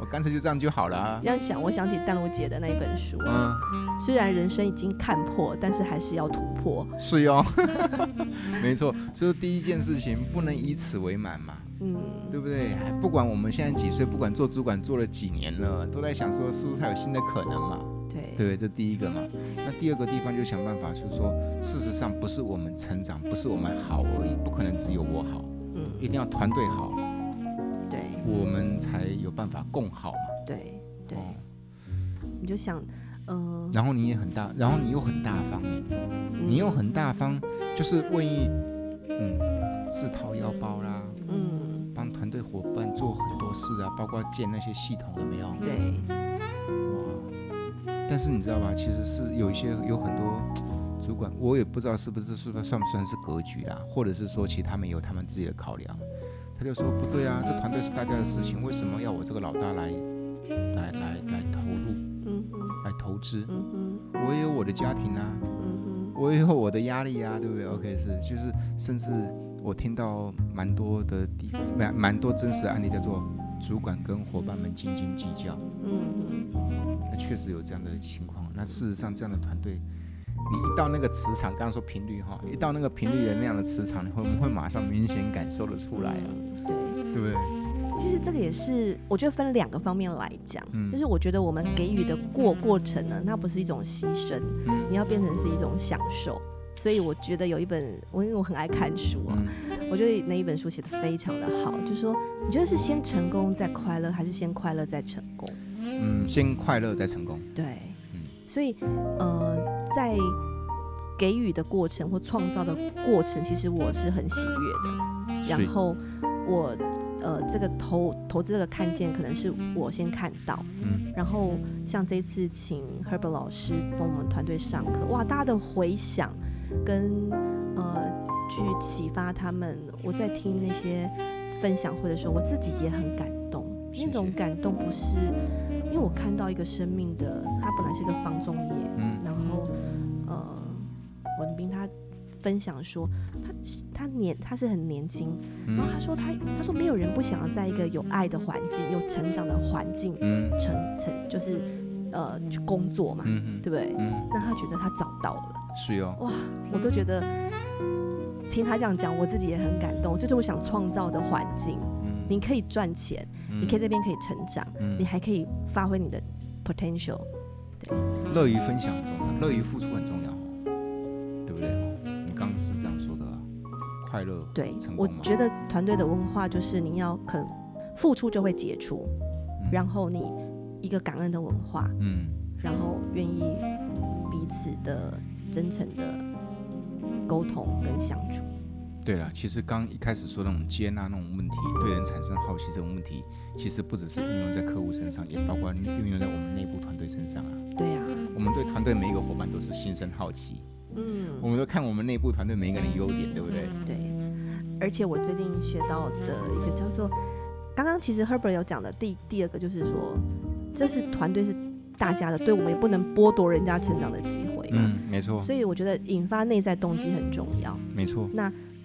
S1: 我干脆就这样就好了啊
S2: 这。样想，我想起淡如姐的那一本书，
S1: 嗯，
S2: 虽然人生已经看破，但是还是要突破。
S1: 是哟，没错，就是第一件事情不能以此为满嘛，
S2: 嗯，
S1: 对不对？还不管我们现在几岁，不管做主管做了几年了，都在想说是不是还有新的可能嘛？
S2: 对，
S1: 对，这第一个嘛。那第二个地方就想办法，就是说，事实上不是我们成长，不是我们好而已，不可能只有我好，
S2: 嗯，
S1: 一定要团队好，
S2: 对
S1: 我们才有办法共好嘛。
S2: 对对
S1: 哦，
S2: 你就想，呃，嗯
S1: 然后你也很大，然后你又很大方，你又很大方，就是愿意，嗯，自掏腰包啦，
S2: 嗯，
S1: 帮团队伙伴做很多事啊，包括建那些系统有没有？
S2: 对，
S1: 哇！但是你知道吧，其实是有一些有很多主管，我也不知道是不是是不是算不算是格局啦，或者是说其实他们有他们自己的考量，他就说不对啊，这团队是大家的事情，为什么要我这个老大来来来来投入
S2: 嗯哼，
S1: 来投资？
S2: 嗯哼，
S1: 我也有我的家庭啊，
S2: 嗯
S1: 我也有我的压力啊，对不对？OK，是就是，甚至我听到蛮多的地蛮蛮多真实的案例叫做主管跟伙伴们斤斤计较，
S2: 哼，嗯
S1: 那确实有这样的情况。那事实上，这样的团队，你一到那个磁场，刚刚说频率哈，一到那个频率的那样的磁场，你会我们会马上明显感受得
S2: 哼，
S1: 出来啊，
S2: 嗯对。
S1: 对不对？
S2: 其实这个也是，我觉得分两个方面来讲，
S1: 嗯
S2: 就是我觉得我们给予的过过程呢，它不是一种牺牲，
S1: 嗯
S2: 你要变成是一种享受。所以我觉得有一本，我因为我很爱看书啊，
S1: 嗯
S2: 我觉得那一本书写的非常的好，就说你觉得是先成功再快乐，还是先快乐再成功？
S1: 嗯，先快乐再成功。
S2: 对，
S1: 嗯
S2: 所以呃，在给予的过程或创造的过程，其实我是很喜悦的。然
S1: 是
S2: 后我呃，这个投投资这个看见，可能是我先看到。
S1: 嗯
S2: 然后像这次请 Herbert 老师帮我们团队上课，哇，大家的回想跟呃去启发他们，我在听那些分享会的时候，我自己也很感动。
S1: 谢谢
S2: 那种感动不是因为我看到一个生命的，他本来是个放纵业，
S1: 嗯
S2: 然后呃文斌他分享说，他他年他是很年轻，然后
S1: 嗯
S2: 他说他他说没有人不想要在一个有爱的环境、有成长的环境
S1: 嗯
S2: 成成就是呃去工作嘛，
S1: 嗯
S2: 对不对？
S1: 嗯，
S2: 那他觉得他找到了，
S1: 是哦哟。
S2: 我都觉得听他这样讲，我自己也很感动。这就是我想创造的环境，
S1: 嗯，
S2: 你可以赚钱，
S1: 你
S2: 你可以在这边可以成长，你
S1: 嗯
S2: 还可以发挥你的 potential。
S1: 乐于分享很重要，乐于付出很重要哦，对不对？哦你刚刚是这样说的啊，快乐。
S2: 对
S1: 成，功
S2: 我
S1: 吗
S2: 觉得团队的文化就是你要肯付出就会杰出，
S1: 嗯
S2: 然后你一个感恩的文化，
S1: 嗯
S2: 然后愿意彼此的真诚的沟通跟相处。
S1: 对了，其实刚一开始说那种接纳那种问题，对人产生好奇这种问题，其实不只是运用在客户身上，也包括运用在我们内部团队身上啊。
S2: 对呀、
S1: 我们对团队每一个伙伴都是心生好奇，
S2: 嗯，
S1: 我们都看我们内部团队每一个人的优点，对不对？
S2: 对。而且我最近学到的一个叫做，刚刚其实 Herbert 有讲的第第二个就是说，这是团队是大家的，对我们也不能剥夺人家成长的机会嘛。
S1: 嗯，没错，
S2: 所以我觉得引发内在动机很重要。
S1: 没错，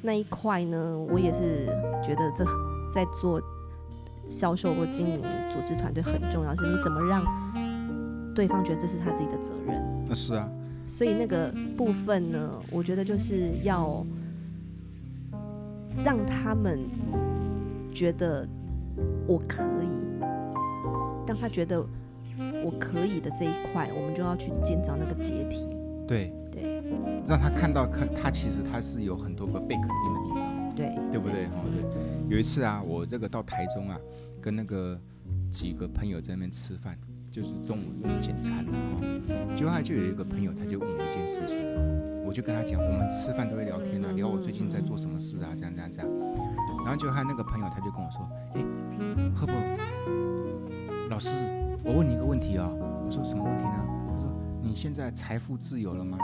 S2: 那一块呢，我也是觉得这在做销售或经营组织团队很重要，是你怎么让对方觉得这是他自己的责任。
S1: 那是啊，
S2: 所以那个部分呢，我觉得就是要让他们觉得我可以，让他觉得我可以的这一块，我们就要去建造那个阶梯。
S1: 对，
S2: 对
S1: 让他看到看他其实他是有很多个被肯定的地方。
S2: 对
S1: 对不对？哈、对。有一次啊，我这个到台中啊，跟那个几个朋友在那边吃饭，就是中午用简餐了哈。结果他就有一个朋友，他就问我一件事情，我就跟他讲，我们吃饭都会聊天啊，聊我最近在做什么事啊，这样这样这样。然后就他那个朋友，他就跟我说，哎，赫伯，老师，我问你一个问题啊、我说什么问题呢？他说你现在财富自由了吗？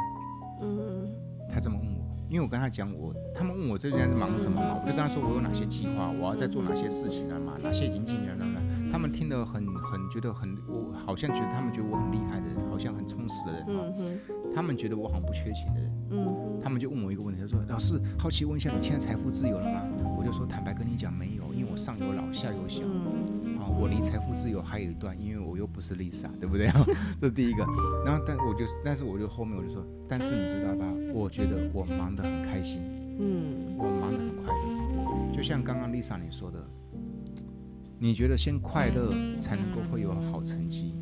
S2: 嗯
S1: 他这么问我，因为我跟他讲我，他们问我最近在忙什么嘛，我就跟他说我有哪些计划，我要在做哪些事情了嘛，哪些引进人了嘛。他们听得很很觉得很，我好像觉得他们觉得我很厉害的人，好像很充实的人啊，
S2: 嗯哼
S1: 他们觉得我好像不缺钱的人，
S2: 嗯哼
S1: 他们就问我一个问题，他说老师好奇问一下，你现在财富自由了吗？我就说坦白跟你讲没有，因为我上有老下有小，
S2: 嗯
S1: 啊，我离财富自由还有一段，因为我又不是 Lisa，对不 对？这是第一个。然后，但我就，但是我就后面我就说，但是你知道吧？我觉得我忙得很开心，
S2: 嗯
S1: 我忙得很快乐。就像刚刚 Lisa 你说的，你觉得先快乐才能够会有好成绩，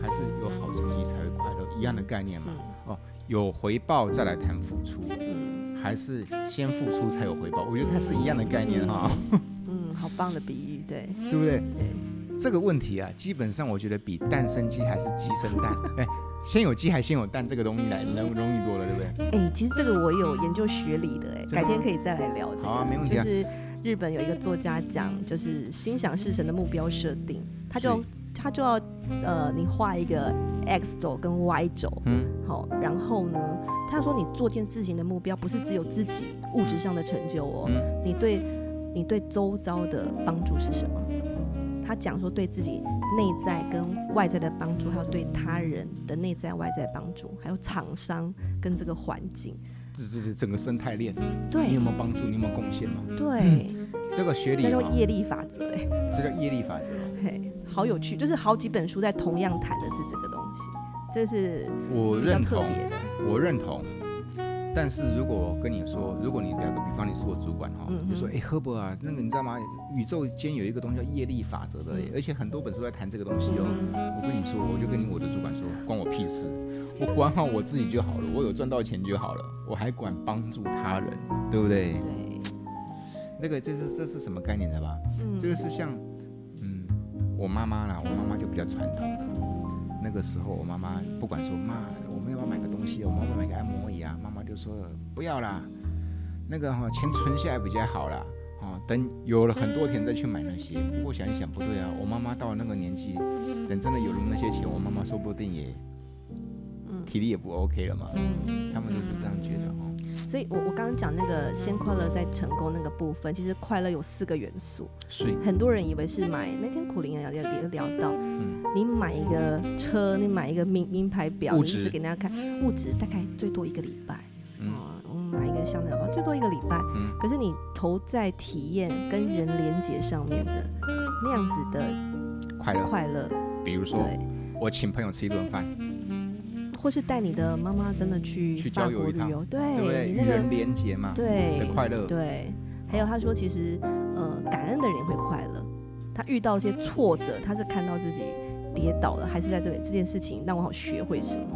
S1: 还是有好成绩才会快乐？一样的概念嘛。哦，有回报再来谈付出，
S2: 嗯。
S1: 还是先付出才有回报？我觉得它是一样的概念哈、
S2: 嗯，好棒的比喻，对
S1: 对不对？
S2: 对，
S1: 这个问题啊，基本上我觉得比蛋生鸡还是鸡生 蛋，哎，先有鸡还先有蛋这个东西来容容易多了，对不对？
S2: 哎、其实这个我有研究学理的，
S1: 的
S2: 哎，
S1: 吗
S2: 改天可以再来聊这个。
S1: 好啊没问题啊
S2: 就是日本有一个作家讲，就是心想事成的目标设定，他就要他就要呃，你画一个 x 轴跟 y 轴，
S1: 嗯，
S2: 好，然后呢，他说你做件事情的目标不是只有自己物质上的成就哦，
S1: 嗯
S2: 你对你对周遭的帮助是什么？他讲说对自己内在跟外在的帮助，还有对他人的内在外在帮助，还有厂商跟这个环境，
S1: 对对对，整个生态链，你有
S2: 对
S1: 没有帮助？你有没有贡献嘛？
S2: 对，
S1: 这个学理
S2: 叫
S1: 啊
S2: 做，业力法则，哎，
S1: 这叫业力法则哦。
S2: 嘿，好有趣，就是好几本书在同样谈的是这个东西，这是
S1: 我
S2: 嗯比较
S1: 认
S2: 特
S1: 同，
S2: 别的，
S1: 我认同。但是如果我跟你说，如果你打个比方，你是我主管哈、
S2: 嗯哼
S1: 就说哎，赫伯啊，那个你知道吗？宇宙间有一个东西叫业力法则的，
S2: 嗯
S1: 而且很多本书在谈这个东西哦。
S2: 嗯
S1: 我跟你说，我就跟你我的主管说，关我屁事，我管好我自己就好了，我有赚到钱就好了，我还管帮助他人，对不对？
S2: 对，
S1: 那个这是这是什么概念的吧？
S2: 嗯
S1: 这个是像，嗯，我妈妈啦，我妈妈就比较传统的。那个时候我妈妈不管说妈，我们要不要买个东西？我们要不要买个按摩椅啊？妈妈就说不要啦，那个哈、钱存下来比较好啦。哦，等有了很多钱再去买那些。不过想一想不对啊，我妈妈到了那个年纪，等真的有了那些钱，我妈妈说不定也
S2: 嗯
S1: 体力也不 OK 了嘛。
S2: 嗯。
S1: 他们就是这样觉得哦。
S2: 所以我我刚刚讲那个先快乐再成功那个部分，其实快乐有四个元素，
S1: 所以，
S2: 很多人以为是买。那天苦林也啊聊也聊到，
S1: 嗯，
S2: 你买一个车，你买一个名名牌表，
S1: 物
S2: 你
S1: 质
S2: 一直给大家看，物质大概最多一个礼拜，
S1: 嗯
S2: 哦，我们买一个香奈儿包，最多一个礼拜。
S1: 嗯
S2: 可是你投在体验跟人连接上面的那样子的
S1: 快乐。
S2: 快乐，
S1: 比如说，
S2: 对，
S1: 我请朋友吃一顿饭，
S2: 或是带你的妈妈真的去
S1: 去
S2: 法
S1: 郊游
S2: 国
S1: 一
S2: 旅
S1: 趟
S2: 游，
S1: 对不
S2: 对
S1: 对？
S2: 你
S1: 与
S2: 那个
S1: 人连结嘛，
S2: 对
S1: 的快乐。
S2: 对，还有他说，其实呃，感恩的人会快乐。他遇到一些挫折，他是看到自己跌倒了，还是在这里这件事情让我好学会什么？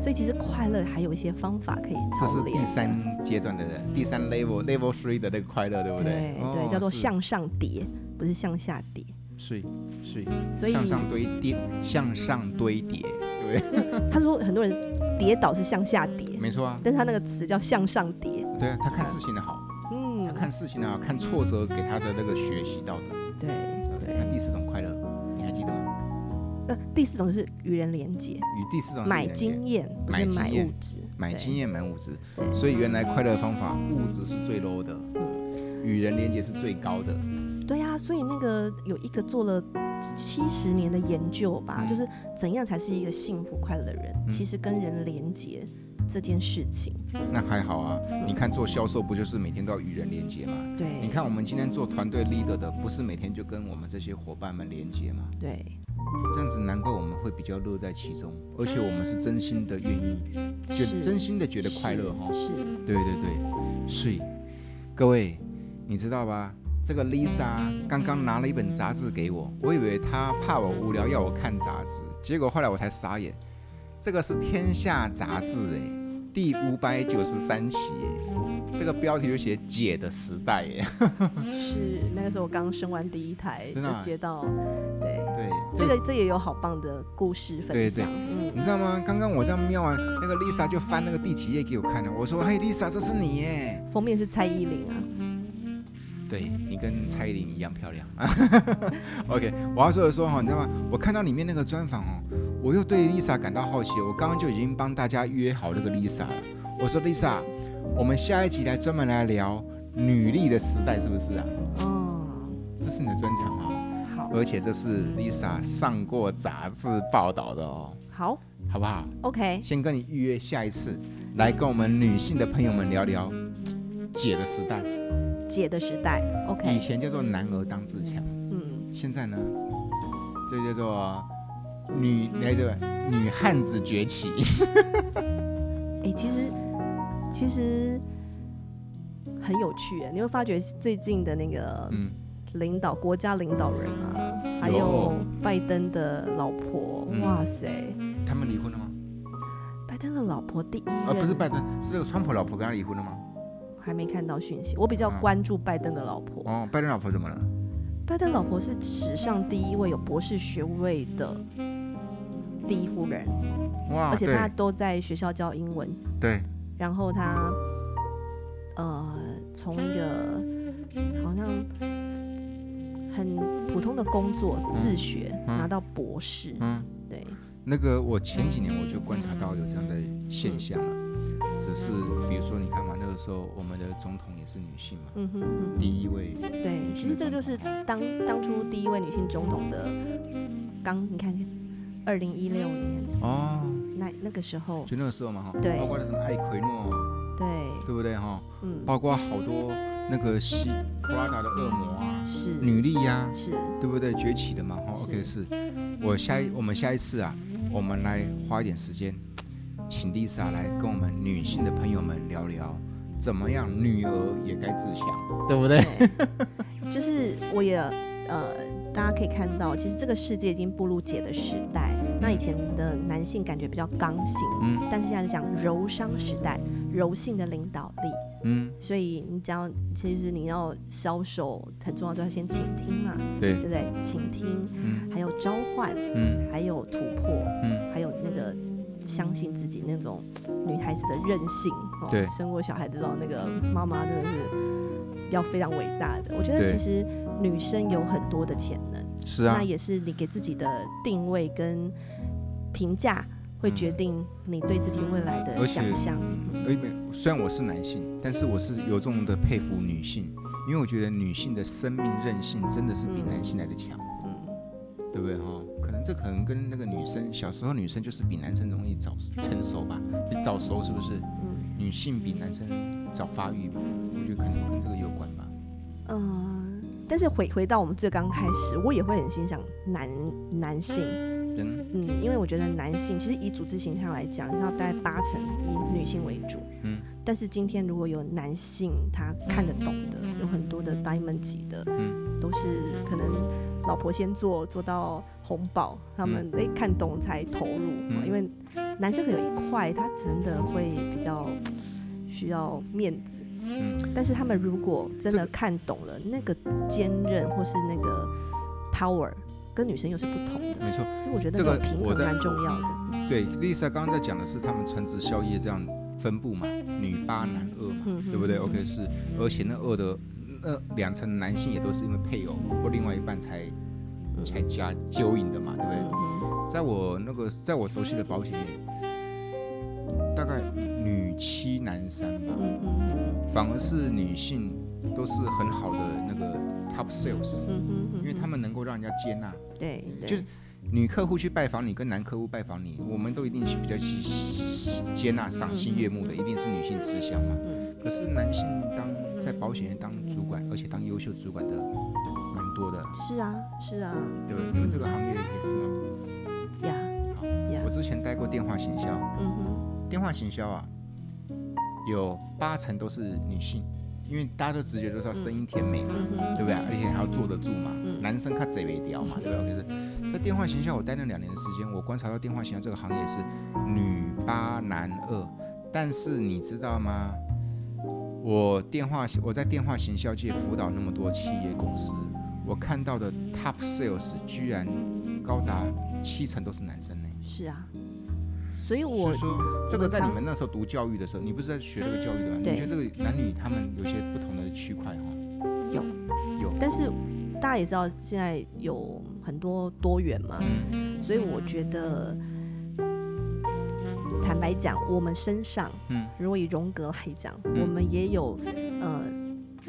S2: 所以其实快乐还有一些方法可以
S1: 这是
S2: 操练
S1: 第
S2: 的。
S1: 三阶段的第三 level level three 的那个快乐，对不
S2: 对
S1: 对？哦
S2: 对，叫做
S1: 是
S2: 向上叠，不是向下叠。
S1: 是是
S2: 所以
S1: 向上堆叠，向上堆叠，对不对？
S2: 他说很多人跌倒是向下叠，
S1: 没错啊，
S2: 但是他那个词叫向上叠。
S1: 对啊，他看事情的好，
S2: 嗯，
S1: 要看事情啊，看挫折给他的那个学习到的。
S2: 对
S1: 那
S2: 对。
S1: 第四种快乐，你还记得吗？
S2: 呃，第四种就是与人连接，
S1: 与第四种是
S2: 买
S1: 连接
S2: 经验，不
S1: 买
S2: 是
S1: 经
S2: 买
S1: 验
S2: 物质。
S1: 买
S2: 对
S1: 经验买物质，
S2: 对
S1: 所以原来快乐的方法物质是最 low 的，与人连接是最高的。
S2: 对呀、所以那个有一个做了七十年的研究吧，
S1: 嗯
S2: 就是怎样才是一个幸福快乐的人，其实跟人连接这件事情，
S1: 那还好啊，你看做销售不就是每天都要与人连接吗？
S2: 对，
S1: 你看我们今天做团队 leader 的，不是每天就跟我们这些伙伴们连接吗？
S2: 对，
S1: 这样子难怪我们会比较乐在其中，而且我们是真心的愿意，就是真心的觉得快乐哈。
S2: 是是
S1: 对对对，所以各位，你知道吧？这个 Lisa 刚刚拿了一本杂志给我，我以为她怕我无聊要我看杂志，结果后来我才傻眼，这个是《天下》杂志哎，第五百九十三期哎，这个标题就写“姐的时代”哎，
S2: 是，那个时候我刚生完第一胎，
S1: 真的啊
S2: 就接到， 对，
S1: 对，
S2: 这个这也有好棒的故事
S1: 对对
S2: 分享，嗯，
S1: 你知道吗？刚刚我这样瞄完，那个 Lisa 就翻那个第几页给我看了。我说：“嘿，Lisa，这是你耶！”
S2: 封面是蔡依林啊，
S1: 对你跟蔡依林一样漂亮。OK，我要说的说哈，你知道吗？我看到里面那个专访哦，我又对 Lisa 感到好奇。我刚刚就已经帮大家约好那个 Lisa 了。我说：“Lisa，我们下一集来专门来聊女力的时代，是不是啊？
S2: 哦，
S1: 这是你的专长啊，
S2: 好
S1: 而且这是 Lisa 上过杂志报道的哦，
S2: 好
S1: 好不好？
S2: ，OK，
S1: 先跟你预约下一次，来跟我们女性的朋友们聊聊姐的时代。
S2: 姐的时代
S1: 以
S2: ，OK，
S1: 前叫做男儿当自强，
S2: 嗯，
S1: 现在呢，这叫做女那这个女汉子崛起。
S2: 哎、其实其实很有趣耶，你会发觉最近的那个
S1: 嗯，
S2: 领导、国家领导人啊，还有
S1: 有
S2: 拜登的老婆，
S1: 嗯
S2: 哇塞，
S1: 他们离婚了吗？
S2: 拜登的老婆第一
S1: 呃，
S2: 任，
S1: 不是拜登，是这个川普老婆跟他离婚了吗？
S2: 还没看到讯息，我比较
S1: 嗯
S2: 关注拜登的老婆。
S1: 哦，拜登老婆怎么了？
S2: 拜登老婆是史上第一位有博士学位的第一夫人，
S1: 哇，
S2: 而且她
S1: 啊对
S2: 都在学校教英文，
S1: 对，
S2: 然后他呃从一个好像很普通的工作自学、
S1: 嗯
S2: 拿到博士，
S1: 嗯，
S2: 对，
S1: 那个我前几年我就观察到有这样的现象了，只是比如说你看嘛，那个时候我们的总统也是女性嘛，
S2: 嗯哼嗯
S1: 第一位
S2: 哼，对，其实这个就是当当初第一位女性总统的刚，你看看二零一六年
S1: 哦。
S2: 那那个时候，
S1: 就那个时候嘛哈，
S2: 对
S1: 包括那什么艾奎诺，
S2: 对，
S1: 对不对哈？
S2: 嗯，
S1: 包括好多那个西普拉达的恶魔啊，
S2: 是
S1: 女力呀、
S2: 是
S1: 对不对？崛起的嘛哈。
S2: 是
S1: OK，是我下一我们下一次啊，我们来花一点时间，请 Lisa 来跟我们女性的朋友们聊聊，怎么样女儿也该自强，对不对？
S2: 就是我也呃，大家可以看到，其实这个世界已经步入姐的时代。那以前的男性感觉比较刚性，
S1: 嗯
S2: 但是现在就讲柔商时代，柔性的领导力。
S1: 嗯，
S2: 所以你只要其实你要销售很重要，就要先倾听嘛，
S1: 对
S2: 对，不对？倾听，
S1: 嗯
S2: 还有召唤，
S1: 嗯
S2: 还有突破，
S1: 嗯，
S2: 还有那个相信自己那种女孩子的韧性。哦、
S1: 对
S2: 生过小孩知道那个妈妈真的是要非常伟大的。我觉得
S1: 对
S2: 其实女生有很多的潜能，
S1: 是啊
S2: 那，也是你给自己的定位跟评价。会决定你对自己未来
S1: 嗯而
S2: 的
S1: 且
S2: 想象，
S1: 嗯，而没虽然我是男性，但是我是由衷的佩服女性，因为我觉得女性的生命韧性真的是比
S2: 嗯
S1: 男性来的强。
S2: 嗯，
S1: 对不对哈、可能这可能跟那个女生小时候女生就是比男生容易早成熟吧，比早熟是不是？
S2: 嗯，
S1: 女性比男生早发育嘛，我觉得可能跟这个有关吧。
S2: 呃，但是回回到我们最刚开始，我也会很欣赏男男性，
S1: 人，
S2: 嗯，因为我觉得男性其实以组织形象来讲，它大概八成以女性为主。
S1: 嗯，
S2: 但是今天如果有男性他看得懂的，有很多的 diamond 级的，
S1: 嗯，
S2: 都是可能老婆先做，做到红宝，他们诶、看懂才投入、
S1: 嗯
S2: 哦因为男生可能有一块他真的会比较需要面子。
S1: 嗯，
S2: 但是他们如果真
S1: 这
S2: 的
S1: 个
S2: 看懂了那个坚韧或是那个 power，跟女生又是不同的。
S1: 没错。
S2: 所以我觉得
S1: 这
S2: 这
S1: 个
S2: 种平
S1: 我
S2: 衡
S1: 在
S2: 蛮重要的。
S1: 对，丽莎刚刚在讲的是他们穿直宵夜这样分布嘛，女八男二嘛，
S2: 嗯
S1: 对不对？OK 是，而且那二的那两层男性也都是因为配偶或另外一半才
S2: 嗯
S1: 才加蚯蚓的嘛，对不对？
S2: 嗯哼
S1: 在我那个在我熟悉的保险业，大概女七男三吧，
S2: 嗯哼
S1: 反而是女性都是很好的那个 top sales，
S2: 嗯哼嗯
S1: 因为他
S2: 们
S1: 们能够让人家接纳，
S2: 对，对
S1: 就是女客户去拜访你，跟男客户拜访你，我们都一定是比较去接纳、赏心悦目的，一定是女性吃香嘛。
S2: 嗯
S1: 可是男性当在保险业当主管，而且当优秀主管的蛮多的，
S2: 是啊是啊
S1: 对不对？你们这个行业也是吗？
S2: 呀
S1: 好
S2: 呀
S1: 我，之前待过电话行销，
S2: 嗯哼
S1: 电话行销啊，有八成都是女性，因为大家都直觉都知道声音甜美嘛，
S2: 嗯哼
S1: 对不对？而且还要坐得住嘛，
S2: 嗯
S1: 男生他嘴没掉嘛，对不对？可是在电话行销，我待了两年的时间，我观察到电话行销这个行业是女八男二，但是你知道吗？我电话我在电话行销界辅导那么多企业公司，我看到的 top sales 居然高达七成都是男生呢、
S2: 是啊，所以
S1: 所
S2: 我
S1: 以说，这个
S2: 我
S1: 在
S2: 常
S1: 你们那时候读教育的时候，你不是在学这个教育的吗？你
S2: 对
S1: 觉得这个男女他们有些不同的区块哈？
S2: 有
S1: 有，
S2: 但是大家也知道现在有很多多元嘛，
S1: 嗯
S2: 所以我觉得，坦白讲，我们身上
S1: 嗯，
S2: 如果以荣格来讲，
S1: 嗯
S2: 我们也有呃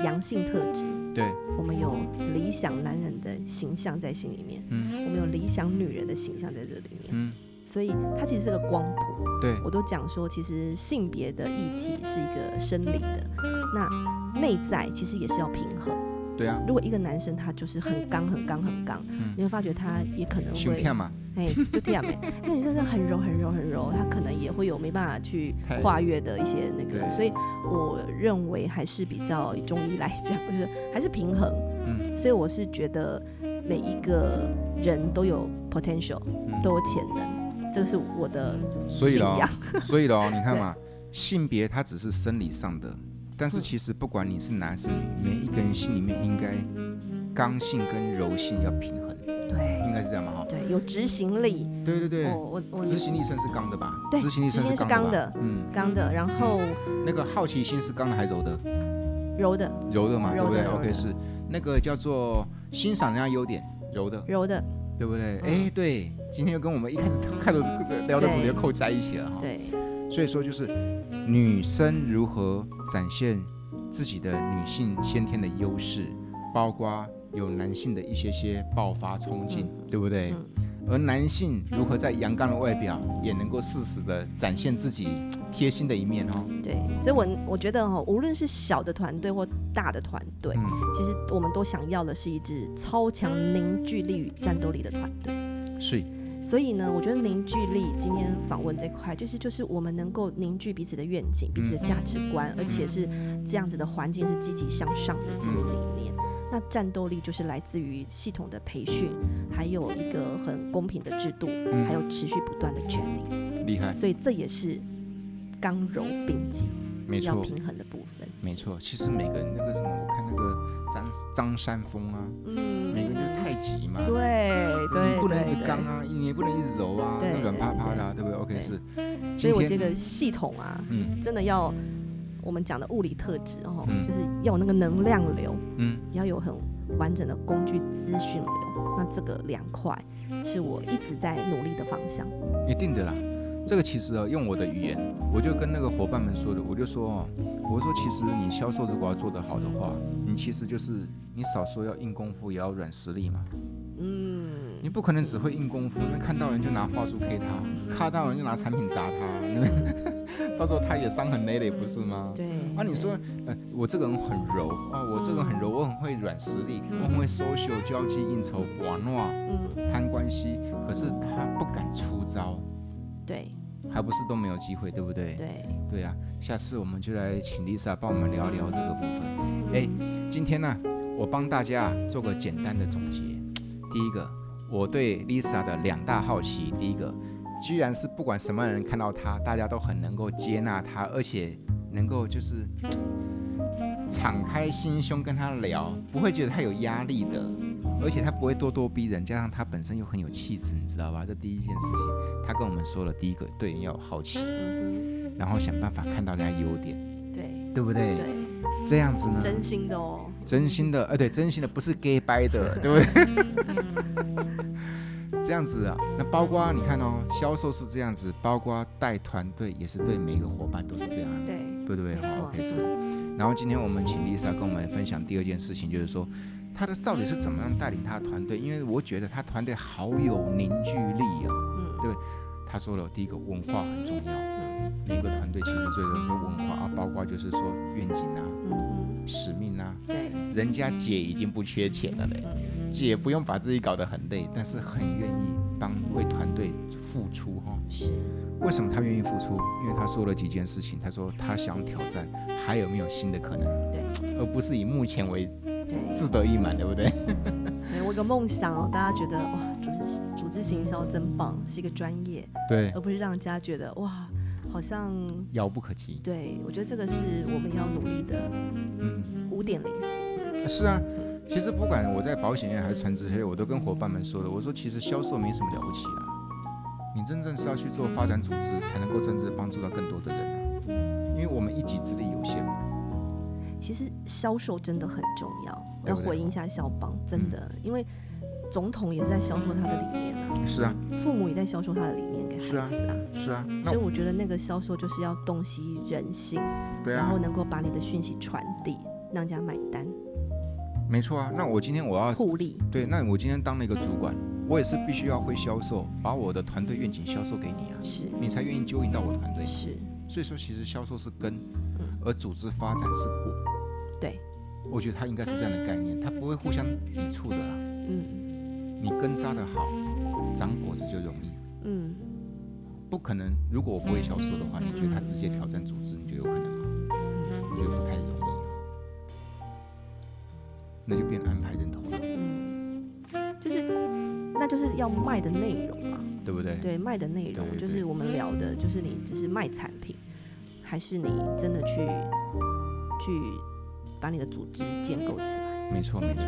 S2: 阳性特质，
S1: 嗯对，
S2: 我们有理想男人的形象在心里面，
S1: 嗯
S2: 我们有理想女人的形象在这里面，
S1: 嗯，
S2: 所以它其实是个光谱。
S1: 对，
S2: 我都讲说，其实性别的议题是一个生理的，那内在其实也是要平衡。
S1: 对啊，
S2: 如果一个男生他就是很刚、很刚、很刚，
S1: 嗯
S2: 你会发觉他也可能
S1: 胸
S2: 会
S1: 跳嘛，
S2: 哎，就这样呗。那女生是很柔、很柔、很柔，她可能也会有没办法去
S1: 太
S2: 跨越的一些那
S1: 对
S2: 个，所以我认为还是比较中医来讲，就是还是平衡。
S1: 嗯
S2: 所以我是觉得每一个人都有 potential，
S1: 嗯，
S2: 都有潜能，这个是我的
S1: 所以
S2: 信
S1: 咯
S2: 仰。，
S1: 所以咯，你看 嘛，性别它只是生理上的，但
S2: 嗯
S1: 是其实不管你是男是女，每一个人心里面应该刚性跟柔性要平衡，
S2: 对
S1: 应该是这样嘛哈？
S2: 对，有执行力。
S1: 对对对
S2: 我，我哦我
S1: 执行力算是刚的吧？
S2: 对
S1: 执行力算
S2: 执行力是
S1: 刚的
S2: 刚
S1: 吧，嗯，
S2: 刚的，然后
S1: 那个好奇心是刚的还是柔的？
S2: 柔的，
S1: 柔的嘛，对
S2: 柔
S1: 不
S2: 的
S1: 对
S2: 柔的
S1: ？OK，是那个叫做欣赏人家优点，柔的，
S2: 柔的，
S1: 对不对？哎、对，今天又跟我们一开始看的聊的主题
S2: 嗯对
S1: 扣在一起了哈。
S2: 对，
S1: 所以说就是女生如何展现自己的女性先天的优势，包括有男性的一些些爆发冲劲，对不对？
S2: 嗯
S1: 而男性如何在阳刚的外表也能够适时的展现自己贴心的一面哦。
S2: 对，所以我我觉得哈、哦无论是小的团队或大的团队，
S1: 嗯，
S2: 其实我们都想要的是一支超强凝聚力与战斗力的团队。
S1: 是，
S2: 所以呢，我觉得凝聚力今天访问这块，就是就是我们能够凝聚彼此的愿景、彼此的价值观，而且是这样子的环境是积极向上的经营理
S1: 嗯
S2: 念。那战斗力就是来自于系统的培训，还有一个很公平的制度，
S1: 嗯
S2: 还有持续不断的 training。
S1: 厉害，
S2: 所以这也是刚柔并济
S1: 没
S2: 要
S1: 错。
S2: 平衡的部分。
S1: 没错，其实每个人那个什么，我看那个张张三丰啊，
S2: 嗯
S1: 每个人就是太极嘛，
S2: 对对，
S1: 你不能一
S2: 对
S1: 直刚，啊，你也不能一直柔啊，
S2: 对
S1: 那软趴趴的、啊，对不对
S2: 对
S1: ？OK，是。
S2: 对所
S1: 今
S2: 以我
S1: 天
S2: 这个系统啊，
S1: 嗯
S2: 真的要我们讲的物理特质哦，
S1: 嗯
S2: 就是要有那个能量流，
S1: 嗯，
S2: 也要有很完整的工具资讯流。那这个两块是我一直在努力的方向。
S1: 一定的啦。这个其实啊，用我的语言，我就跟那个伙伴们说的，我就说哦，我说其实你销售如果要做得好的话，你其实就是你少说要硬功夫，也要软实力嘛。
S2: 嗯，
S1: 你不可能只会硬功夫，那看到人就拿话术 K 他，看到人就拿产品砸他， 到时候他也伤痕累累，不是吗？
S2: 对。
S1: 啊，你说，呃，我这个人很柔哦，我这个人很柔，我很会软实力，我很会 social 交际应酬、玩闹、
S2: 对，嗯，
S1: 攀关系，可是他不敢出招，
S2: 对
S1: 还不是都没有机会，对不对？
S2: 对，
S1: 对啊，下次我们就来请 Lisa 帮我们聊聊这个部分。哎今天呢、我帮大家做个简单的总结。第一个，我对 Lisa 的两大好奇，第一个，居然是不管什么人看到她，大家都很能够接纳她，而且能够就是嘖敞开心胸跟她聊，不会觉得她有压力的，而且她不会咄咄逼人，加上她本身又很有气质，你知道吧？这第一件事情，她跟我们说了，第一个对人要有好奇。
S2: 嗯
S1: 然后想办法看到人家优点，
S2: 对
S1: 对不对？
S2: 嗯对，
S1: 这样子呢，
S2: 真心的哦，
S1: 真心的，呃，对，真心的，不是 gay 掰 的，对不对？
S2: 嗯
S1: 这样子啊，那包括你看哦，销售是这样子，包括带团队也是对每一个伙伴都是这样的。对
S2: 对
S1: 对
S2: 没错
S1: 好，OK 是。然后今天我们请 Lisa 跟我们分享第二件事情，就是说她的到底是怎么样带领她的团队，因为我觉得她团队好有凝聚力哦。
S2: 嗯
S1: 对，她说了第一个文化很重要，每个团队其实最多是文化啊，包括就是说愿景啊、
S2: 嗯，
S1: 使命啊。
S2: 对，
S1: 人家姐已经不缺钱了嘞，姐不用把自己搞得很累，但是很愿意帮为团队付出哈、哦。
S2: 是，
S1: 为什么他愿意付出？因为他说了几件事情，他说他想挑战还有没有新的可能，
S2: 对
S1: 而不是以目前为
S2: 对，
S1: 志得意满，对不对？
S2: 对我有个梦想哦，大家觉得哇，组织组织行销真棒，是一个专业，
S1: 对，
S2: 而不是让人家觉得哇，好像
S1: 遥不可及。
S2: 对我觉得这个是我们要努力的
S1: 嗯，
S2: 五点零，
S1: 是啊。其实不管我在保险业还是传直业，我都跟伙伴们说了，我说其实销售没什么了不起啊，你真正是要去做发展组织，才能够真正帮助到更多的人啊。因为我们一己之力有限嘛。
S2: 其实销售真的很重要，
S1: 对
S2: 要
S1: 不对哦嗯
S2: 回应一下肖邦，真的，因为总统也是在销售他的理念啊，
S1: 是啊，
S2: 父母也在销售他的理念给
S1: 是啊
S2: 孩子啊，
S1: 是啊。那
S2: 所以我觉得那个销售就是要洞悉人性，
S1: 对
S2: 然
S1: 啊
S2: 后，能够把你的讯息传递，让人家买单，
S1: 没错啊。那我今天我要
S2: 互利，
S1: 对，那我今天当了一个主管，我也是必须要会销售，把我的团队愿景销售给你啊，
S2: 是
S1: 你才愿意揪引到我的团队。
S2: 是，
S1: 所以说，其实销售是根，而组织发展是果。
S2: 对，
S1: 我觉得它应该是这样的概念，它不会互相抵触的啊啦。
S2: 嗯
S1: 你根扎得好，长果子就容易。
S2: 嗯，
S1: 不可能，如果我不会销售的话，你觉得他直接挑战组织，你就有可能吗？我觉得不太容易啊，那就变安排人头了，
S2: 嗯，就是那就是要卖的内容啊嘛，
S1: 对不对？
S2: 对，卖的内容
S1: 对
S2: 就
S1: 对
S2: 是我们聊的，就是你只是卖产品，还是你真的去去把你的组织建构起来？
S1: 没错没错。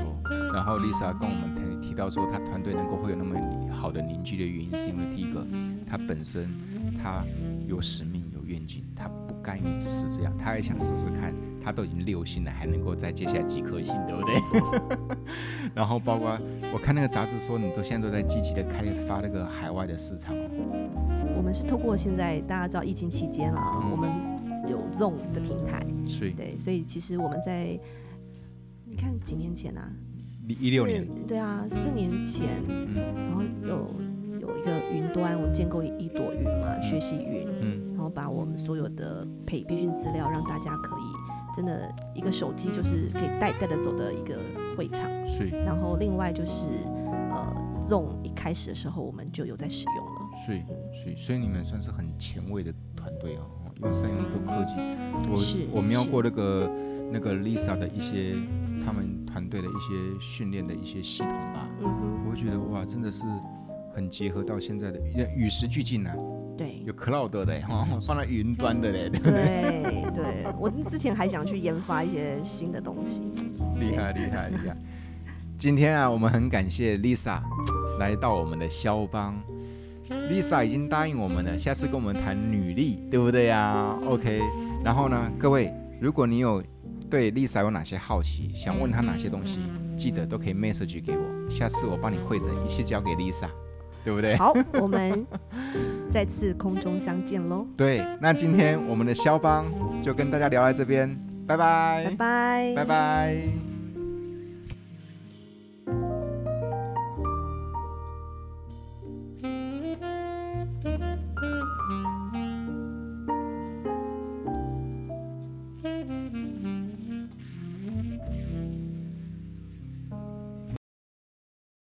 S1: 然后 Lisa 跟我们提提到说，她团队能够会有那么好的凝聚的原因，是因为第一个，她本身她有使命有愿景，她不甘于只是这样，她也想试试看。她都已经六星了，还能够再接下来几颗星，对不对？然后包括我看那个杂志说，你都现在都在积极的开发那个海外的市场哦。
S2: 我们是透过现在大家知道疫情期间啊，
S1: 嗯
S2: 我们有 Zone 的平台，
S1: 所以
S2: 对，所以其实我们在你看几年前啊，
S1: 一六年
S2: 四，对啊，四年前，
S1: 嗯
S2: 然后有有一个云端，我们建构一朵云嘛，学习云，
S1: 嗯，
S2: 然后把我们所有的培培训资料，让大家可以真的一个手机就是可以带带得走的一个会场。
S1: 所以
S2: 然后另外就是呃，Zoom 一开始的时候我们就有在使用了，
S1: 所以所以所以你们算是很前卫的团队哦，用善用多科技。
S2: 是
S1: 我我瞄过那个那个 Lisa 的一些他们团队的一些训练的一些系统吧，
S2: 嗯
S1: 我会觉得哇，真的是很结合到现在的与时俱进啊，
S2: 哼，对。
S1: 有 cloud 的嘞，哦放在云端的嘞，
S2: 对对，我之前还想去研发一些新的东西。
S1: 厉害厉害厉害！今天啊，我们很感谢 Lisa 来到我们的肖邦。Lisa 已经答应我们了，下次跟我们谈履历，对不对呀、o k 然后呢，各位，如果你有对 Lisa 有哪些好奇，想问她哪些东西，记得都可以 message 给我，下次我帮你会诊，一次交给 Lisa，对不对？
S2: 好，我们再次空中相见喽，
S1: 对，那今哎天我们的肖邦就跟大家聊到这边，拜
S2: 拜
S1: 拜，
S2: 拜。
S1: 拜拜